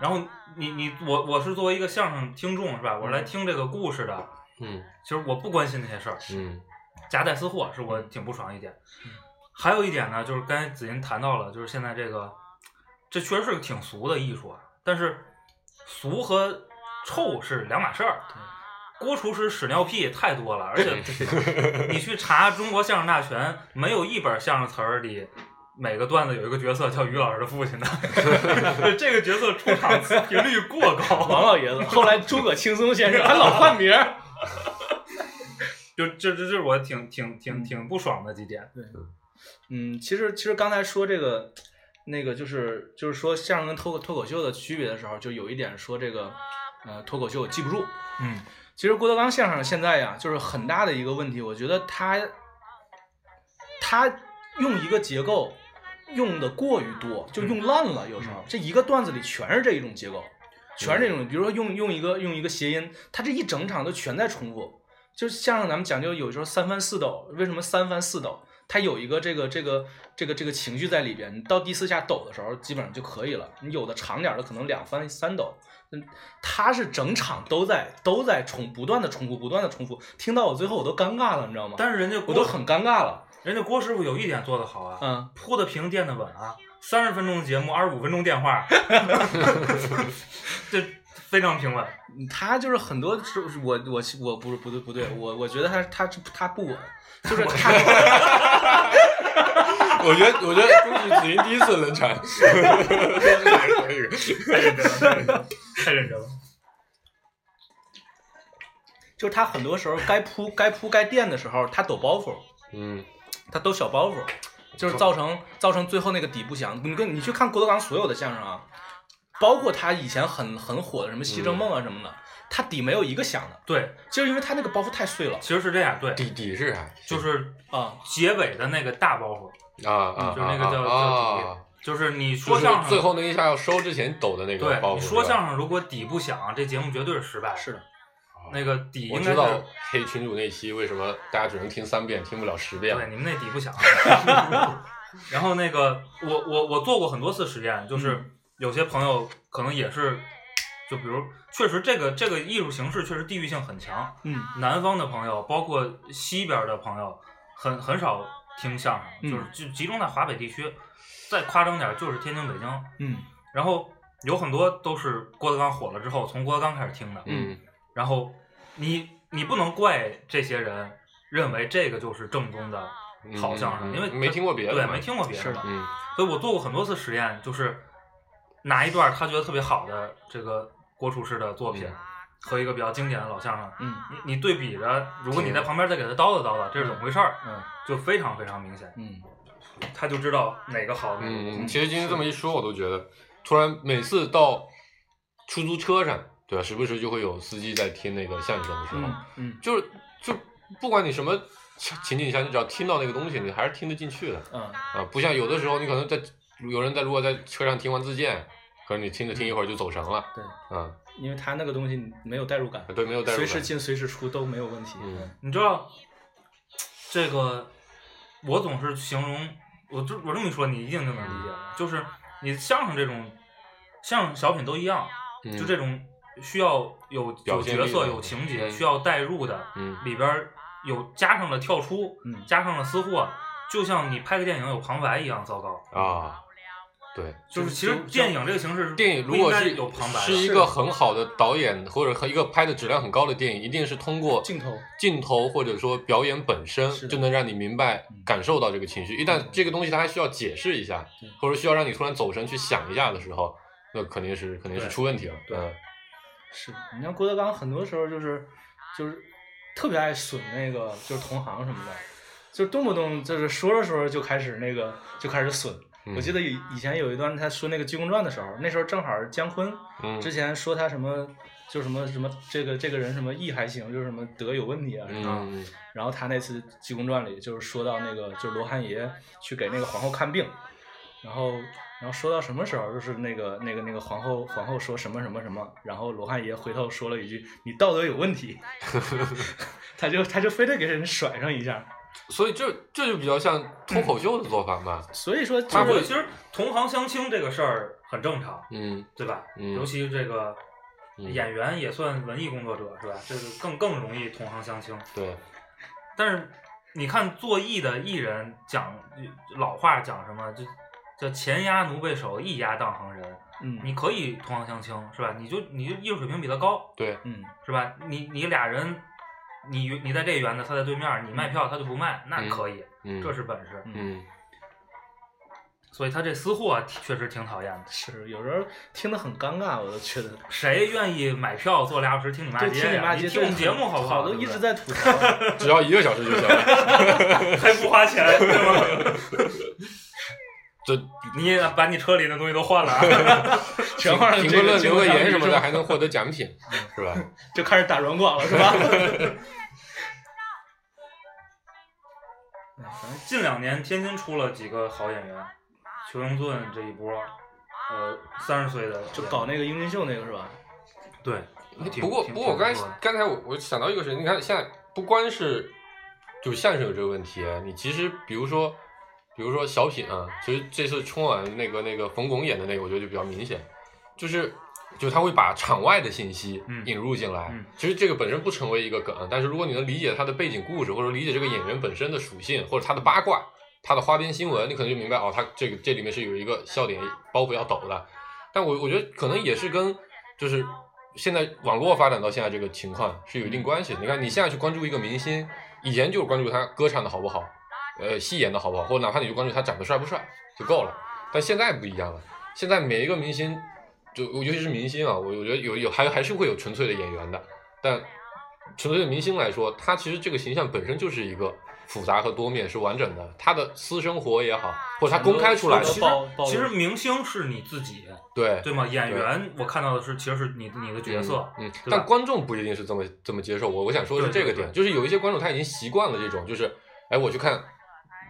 C: 然后你你我我是作为一个相声听众是吧？我是来听这个故事的，
D: 嗯
C: 其实我不关心那些事儿，
D: 嗯
C: 夹带私货是
E: 嗯
C: 我挺不爽一点。还有一点呢，就是刚才子银谈到了，就是现在这个，这确实是个挺俗的艺术啊，但是俗和臭是两码事儿。郭厨师屎尿屁太多了，而且 你去查中国相声大全，没有一本相声词儿里每个段子有一个角色叫于老师的父亲 的，这个角色出场频率过
E: 王
C: 高，
E: 老爷子，后来诸葛青松先生，他老换名儿，
C: 就这这这是我挺挺挺挺不爽的几点。
E: 嗯，其实其实刚才说这个，那个就是就是说相声跟脱口脱口秀的区别的时候，就有一点说这个，呃，脱口秀记不住。
C: 嗯，
E: 其实郭德纲相声现在呀，就是很大的一个问题，我觉得他他用一个结构用的过于多，
C: 嗯
E: 就用烂了。有时候这一个段子里全是这一种结构，全是这种，比如说用用一个用一个谐音，它这一整场都全在重复。就相声咱们讲究有时候三翻四抖，为什么三翻四抖？它有一个这个这个这个这个情绪在里边，你到第四下抖的时候基本上就可以了。你有的长点儿的可能两翻三抖，嗯，它是整场都在都在重不断的重复，不断的重复，听到我最后我都尴尬了，你知道吗？
C: 但是人家
E: 我
C: 郭
E: 都很尴尬了，
C: 人家郭师傅有一点做得好啊，
E: 嗯。
C: 铺的平垫的稳啊，三十分钟的节目，二十五分钟电话， 这非常平稳。
E: 他就是很多时候，我我我不是不对不对，我我觉得他他他不稳，就是他
D: 我觉得，我觉得恭喜子怡第一次冷场，可以
C: 太 认真了，太认真了。
E: 就是他很多时候该铺该铺该垫的时候，他抖包袱，
D: 嗯，
E: 他抖小包袱，就是造成造成最后那个底不响。你跟你去看郭德纲所有的相声啊，包括他以前很很火的什么《西征梦》啊什么的，他底没有一个响的，
C: 对，
E: 就是因为他那个包袱太碎了
C: 其实是这样，对，
D: 底底是啥？
C: 就是
E: 啊。
C: 结尾的那个大包袱，
D: 啊啊，
C: 就是那个叫
D: 啊
C: 叫底，就是你
D: 就
C: 说
D: 是
C: 相声
D: 最后那一下要收之前抖的那个包
C: 对，
D: 袱。
C: 你说
D: 是吧
C: 相声如果底不响，这节目绝对是失败。
E: 是的，
C: 那个底
D: 我
C: 应该
D: 知
C: 是
D: 道黑群主那期为什么大家只能听三遍，听不了十遍。
C: 对，你们那底不响。 然后那个，我我我做过很多次实验，就是
D: 嗯
C: 有些朋友可能也是，就比如确实这个这个艺术形式确实地域性很强，
E: 嗯，
C: 南方的朋友，包括西边的朋友，很很少听相声，
E: 嗯
C: 就是就集中在华北地区，再夸张点就是天津、北京，
E: 嗯，
C: 然后有很多都是郭德纲火了之后，从郭德纲开始听的，
D: 嗯，
C: 然后你你不能怪这些人认为这个就是正宗的
D: 嗯
C: 好相声，
D: 嗯
C: 因为
D: 没听过别的
C: 对，
D: 嘛
C: 没听过别的
E: 是
C: 嘛
E: 的
D: 嗯
C: 所以我做过很多次实验，就是拿一段他觉得特别好的这个郭厨师的作品、
D: 嗯
C: 和一个比较经典的老相声，
E: 嗯
C: 你你对比着，如果你
D: 嗯
C: 在旁边再给他叨叨叨叨，这是怎么回事儿，
E: 嗯
C: 就非常非常明显，
E: 嗯，
C: 他就知道哪个好，哪个不好
D: 嗯，其实今天这么一说，我都觉得，突然每次到出租车上，对吧？时不时就会有司机在听那个相声的时候，
E: 嗯嗯
D: 就是就不管你什么情景下，你只要听到那个东西，你还是听得进去的
E: 嗯
D: 啊。不像有的时候，你可能在有人在如果在车上听完自荐，可能你听着听一会儿就走神了。
E: 对，
C: 嗯
D: 啊，
E: 因为他那个东西没有代入感，
D: 对，没有代入
E: 随
D: 感。
E: 时进随时出都没有问题。
D: 嗯
C: 你知道这个，我总是形容，我这我这么一说，你一定就能理解了。就是你相声这种相声小品都一样，
D: 嗯
C: 就这种需要有
D: 表
C: 有
D: 现
C: 角
D: 力
C: 色、
D: 的
C: 有情节、
D: 嗯
C: 需要代入的，
D: 嗯
C: 里边儿有加上了跳出，
E: 嗯
C: 加上了私货，就像你拍个电影有旁白一样糟糕。
D: 啊，对。
C: 就是其
E: 就
C: 实电影这个形式，
D: 电影
C: 嗯不
D: 如
C: 应
D: 果
C: 该
D: 是
C: 有旁白
D: 是一
C: 的，
D: 个很好的导演或者和一个拍的质量很高的电影，一定是通过
E: 镜头
D: 镜头或者说表演本身
E: 是的
D: 就能让你明白、
C: 嗯
D: 感受到这个情绪。一旦这个东西它还需要解释一下
E: 对，
D: 或者需要让你突然走神去想一下的时候，那肯定是肯定是
C: 对
D: 出问题了。
C: 对
D: 嗯
E: 是，你像郭德纲，很多时候就是就是特别爱损那个就是同行什么的，就动不动就是说着说着就开始那个就开始损。
D: 嗯
E: 我记得以以前有一段他说那个《济公传》的时候，那时候正好是姜昆
D: 嗯
E: 之前说他什么。就什么什么这个这个人什么义还行，就是什么德有问题啊什么的。
D: 嗯
E: 然后他那次《济公传》里就是说到那个，就是罗汉爷去给那个皇后看病，然后然后说到什么时候，就是那个那个那个皇后皇后说什么什么什么，然后罗汉爷回头说了一句：“你道德有问题。”他就他就非得给人甩上一下，
D: 所以这这就比较像脱口秀的做法嘛。
E: 所以说就
C: 他
E: 是
C: 会其实同行相亲这个事儿很正常，
D: 嗯
C: 对吧？
D: 嗯
C: 尤其这个
D: 嗯
C: 演员也算文艺工作者是吧？这个更更容易同行相轻。
D: 对，
C: 但是你看做艺的艺人讲老话讲什么，就叫前压奴婢手，一压当行人。
E: 嗯
C: 你可以同行相轻是吧？你就你就艺术水平比他高
D: 对，
E: 嗯
C: 是吧？你你俩人，你你在这园子，他在对面，你卖票他就不卖，那可以，
D: 嗯，
C: 这是本事。
D: 嗯
C: 所以他这私货确实挺讨厌的。
E: 是有时候听得很尴尬，我都觉得。
C: 谁愿意买票坐俩小时听你骂
E: 就
C: 街
E: 听你
C: 呀？
E: 妈街，
C: 听我们
E: 对
C: 节目好不好？
E: 多
C: 对不
E: 一
C: 对
E: 直在吐槽。
D: 只要一个小时就行 了。
C: 还不花 钱是吗？
D: 这
C: 你也把你车里的东西都换了、啊，
E: 全换上
D: 评评
E: 这个
D: 论
E: 济
D: 留
E: 公
D: 个
E: 上
D: 言
E: 去
D: 什么
E: 之
D: 的，
E: 后
D: 还能获得奖品，是吧？
E: 就开始打软广了，是 吧？哎
C: 近两年天津出了几个好演员，邱英俊这一波，呃，三十岁的
E: 就搞那个英俊秀那个是吧？
C: 对。挺
D: 哎不过
C: 挺
D: 不过我
C: 挺
D: 刚
C: 不
D: 才
C: 错的
D: 刚才我我想到一个事情，你看现在不光是就相声有这个问题，啊你其实比如说比如说小品啊，其实这次春晚那个那个冯巩演的那个，我觉得就比较明显，就是。就他会把场外的信息
C: 嗯
D: 引入进来，
C: 嗯
D: 其实这个本身不成为一个梗，啊但是如果你能理解他的背景故事，或者理解这个演员本身的属性，或者他的八卦，他的花边新闻，你可能就明白哦，他这个这里面是有一个笑点包袱要抖的。但我我觉得可能也是跟就是现在网络发展到现在这个情况是有一定关系的。你看你现在去关注一个明星，以前就是关注他歌唱的好不好，呃，戏演的好不好，或者哪怕你就关注他长得帅不帅就够了。但现在不一样了，现在每一个明星，就尤其是明星啊，我我觉得有有还还是会有纯粹的演员的，但纯粹的明星来说，他其实这个形象本身就是一个复杂和多面是完整的，他的私生活也好，或者他公开出来
E: 很
D: 的
E: 多
C: 其，实
E: 暴暴露
C: 其实明星是你自己，
D: 对
C: 对吗？演员我看到的是其实是你你的角色，
D: 嗯，
C: 对
D: 嗯
C: 吧
D: 但观众不一定是这么这么接受。我我想说的是
C: 对
D: 这个点，就是有一些观众他已经习惯了这种，就是哎，我去看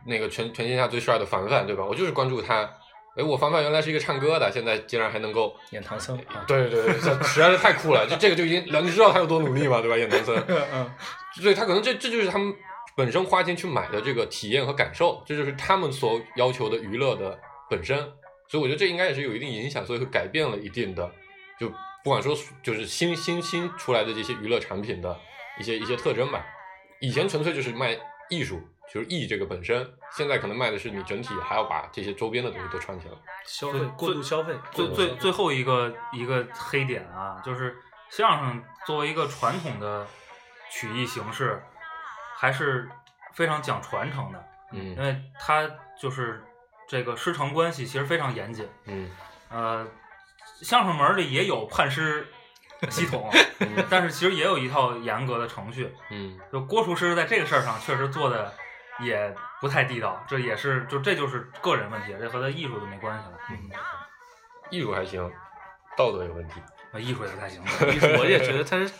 D: 那个全全天下最帅的凡凡，对吧？我就是关注他。哎，我凡凡原来是一个唱歌的，现在竟然还能够，
E: 演唐僧啊，
D: 对对对，这实在是太酷了！就这个就已经，你知道他有多努力吗？对吧？演唐僧，
E: 嗯，
D: 对他可能这这就是他们本身花钱去买的这个体验和感受，这就是他们所要求的娱乐的本身。所以我觉得这应该也是有一定影响，所以会改变了一定的，就不管说就是新新新出来的这些娱乐产品的 一些一些特征吧。以前纯粹就是卖艺术，就是艺这个本身，现在可能卖的是你整体还要把这些周边的东西都串起来。
E: 消费
C: 最
E: 过度消费，
C: 最
E: 过度消
C: 最
E: 费
C: 最后一个一个黑点啊，就是相声作为一个传统的曲艺形式，还是非常讲传承的，
D: 嗯
C: 因为它就是这个师承关系其实非常严谨。
D: 嗯
C: 呃，相声门儿里也有判师系统，
D: 嗯
C: 但是其实也有一套严格的程序。
D: 嗯
C: 就郭厨师在这个事儿上确实做的也不太地道，这也是就这就是个人问题，这和他艺术就没关系了。
D: 嗯，艺术还行，道德有问题。
C: 啊艺术也不太行。
E: 我也 觉得他是，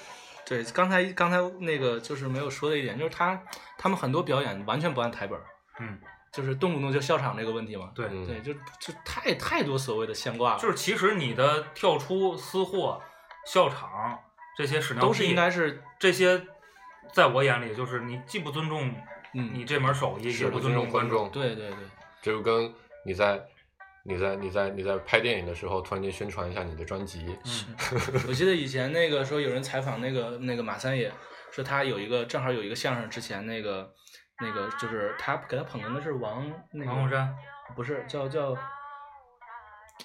E: 对，刚才刚才那个就是没有说的一点，就是他他们很多表演完全不按台本儿，
C: 嗯，
E: 就是动不动就笑场这个问题嘛，
C: 对，
D: 嗯
E: 对，就就太太多所谓的现挂了，
C: 就是其实你的跳出、私货、笑场这些屎尿屁
E: 都是应该是
C: 这些，在我眼里就是你既不尊重
E: 嗯
C: 你这门手艺，
D: 是
C: 也
D: 不
C: 尊
D: 尊重
C: 观
D: 观众
E: 对对对，
D: 这就跟你在你在你在你在拍电影的时候，突然间宣传一下你的专辑，
C: 嗯，
E: 我记得以前那个说有人采访那个那个马三爷，说他有一个正好有一个相声，之前那个那个就是他给他捧哏的是王那个
C: 王洪山，
E: 不是叫叫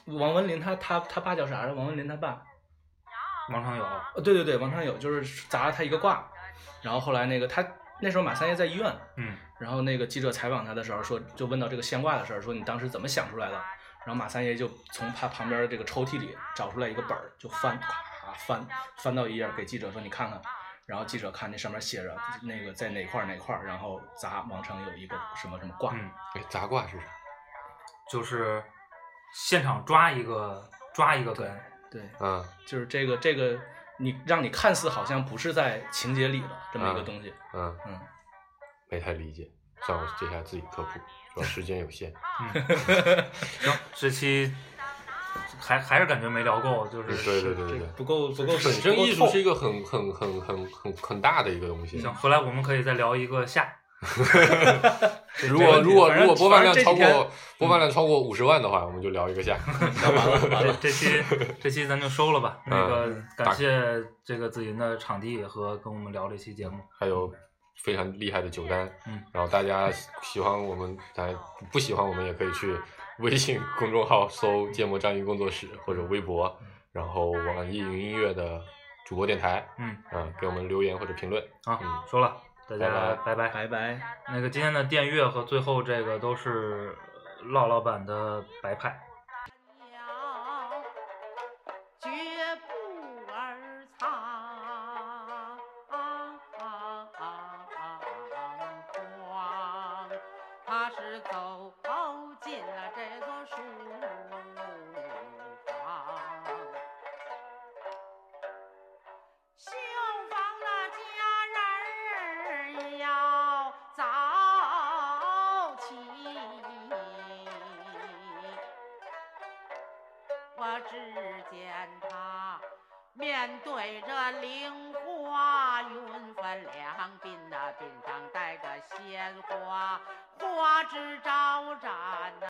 E: 王文林他他他爸叫啥来着？王文林他爸，
C: 王长友，
E: 呃对对对，王长友就是砸了他一个卦，然后后来那个他那时候马三爷在医院，
C: 嗯，
E: 然后那个记者采访他的时候说，就问到这个现挂的事儿，说你当时怎么想出来的？然后马三爷就从他旁边的这个抽屉里找出来一个本儿，就翻，咔翻翻到一页儿给记者说你看看。然后记者看那上面写着那个在哪块儿哪块儿，然后砸王成有一个什么什么挂，
C: 嗯，
D: 哎，杂卦是啥？
C: 就是现场抓一个抓一个根，
E: 对，
D: 啊
E: 就是这个这个你让你看似好像不是在情节里的这么一个
D: 嗯
E: 东西，
D: 啊，
E: 嗯，
D: 没太理解，算我接下来自己科普，主要时间有 限。
C: 行，这期还还是感觉没聊够，就
D: 对
C: 是
D: 对对对
E: 这
D: 对，
E: 不够不够
D: 本身艺术是一
E: 个
D: 个很很很很很很大的一个东西。
C: 行，回来我们可以再聊一个下，
D: 如果如果如
E: 反正
D: 果播放
E: 反正
D: 量
E: 这
D: 超
E: 几天
D: 过播放量超过五十万的话，我们就聊一个下。
C: 这这 期这期咱就收了吧。那个
E: 嗯
C: 感谢这个紫银的场地和跟我们聊这期节目，
D: 还有非常厉害的酒单。
C: 嗯，
D: 然后大家喜欢我们，大家不喜欢我们也可以去微信公众号搜“芥末章鱼工作室”或者微博，然后网易云音乐的主播电台，
C: 嗯，
D: 啊，给我们留言或者评论。
C: 好
D: 嗯，
C: 收了，大家
D: 拜
C: 拜拜。
E: 拜拜。
C: 那个今天的电乐和最后这个都是唠老板的白派。
B: 鸟绝不儿藏荒，他是走进了这座书房。绣房了家人儿要早起，
F: 我只见他面对着菱花云分两鬓那鬓上戴个鲜花，花枝招展呐、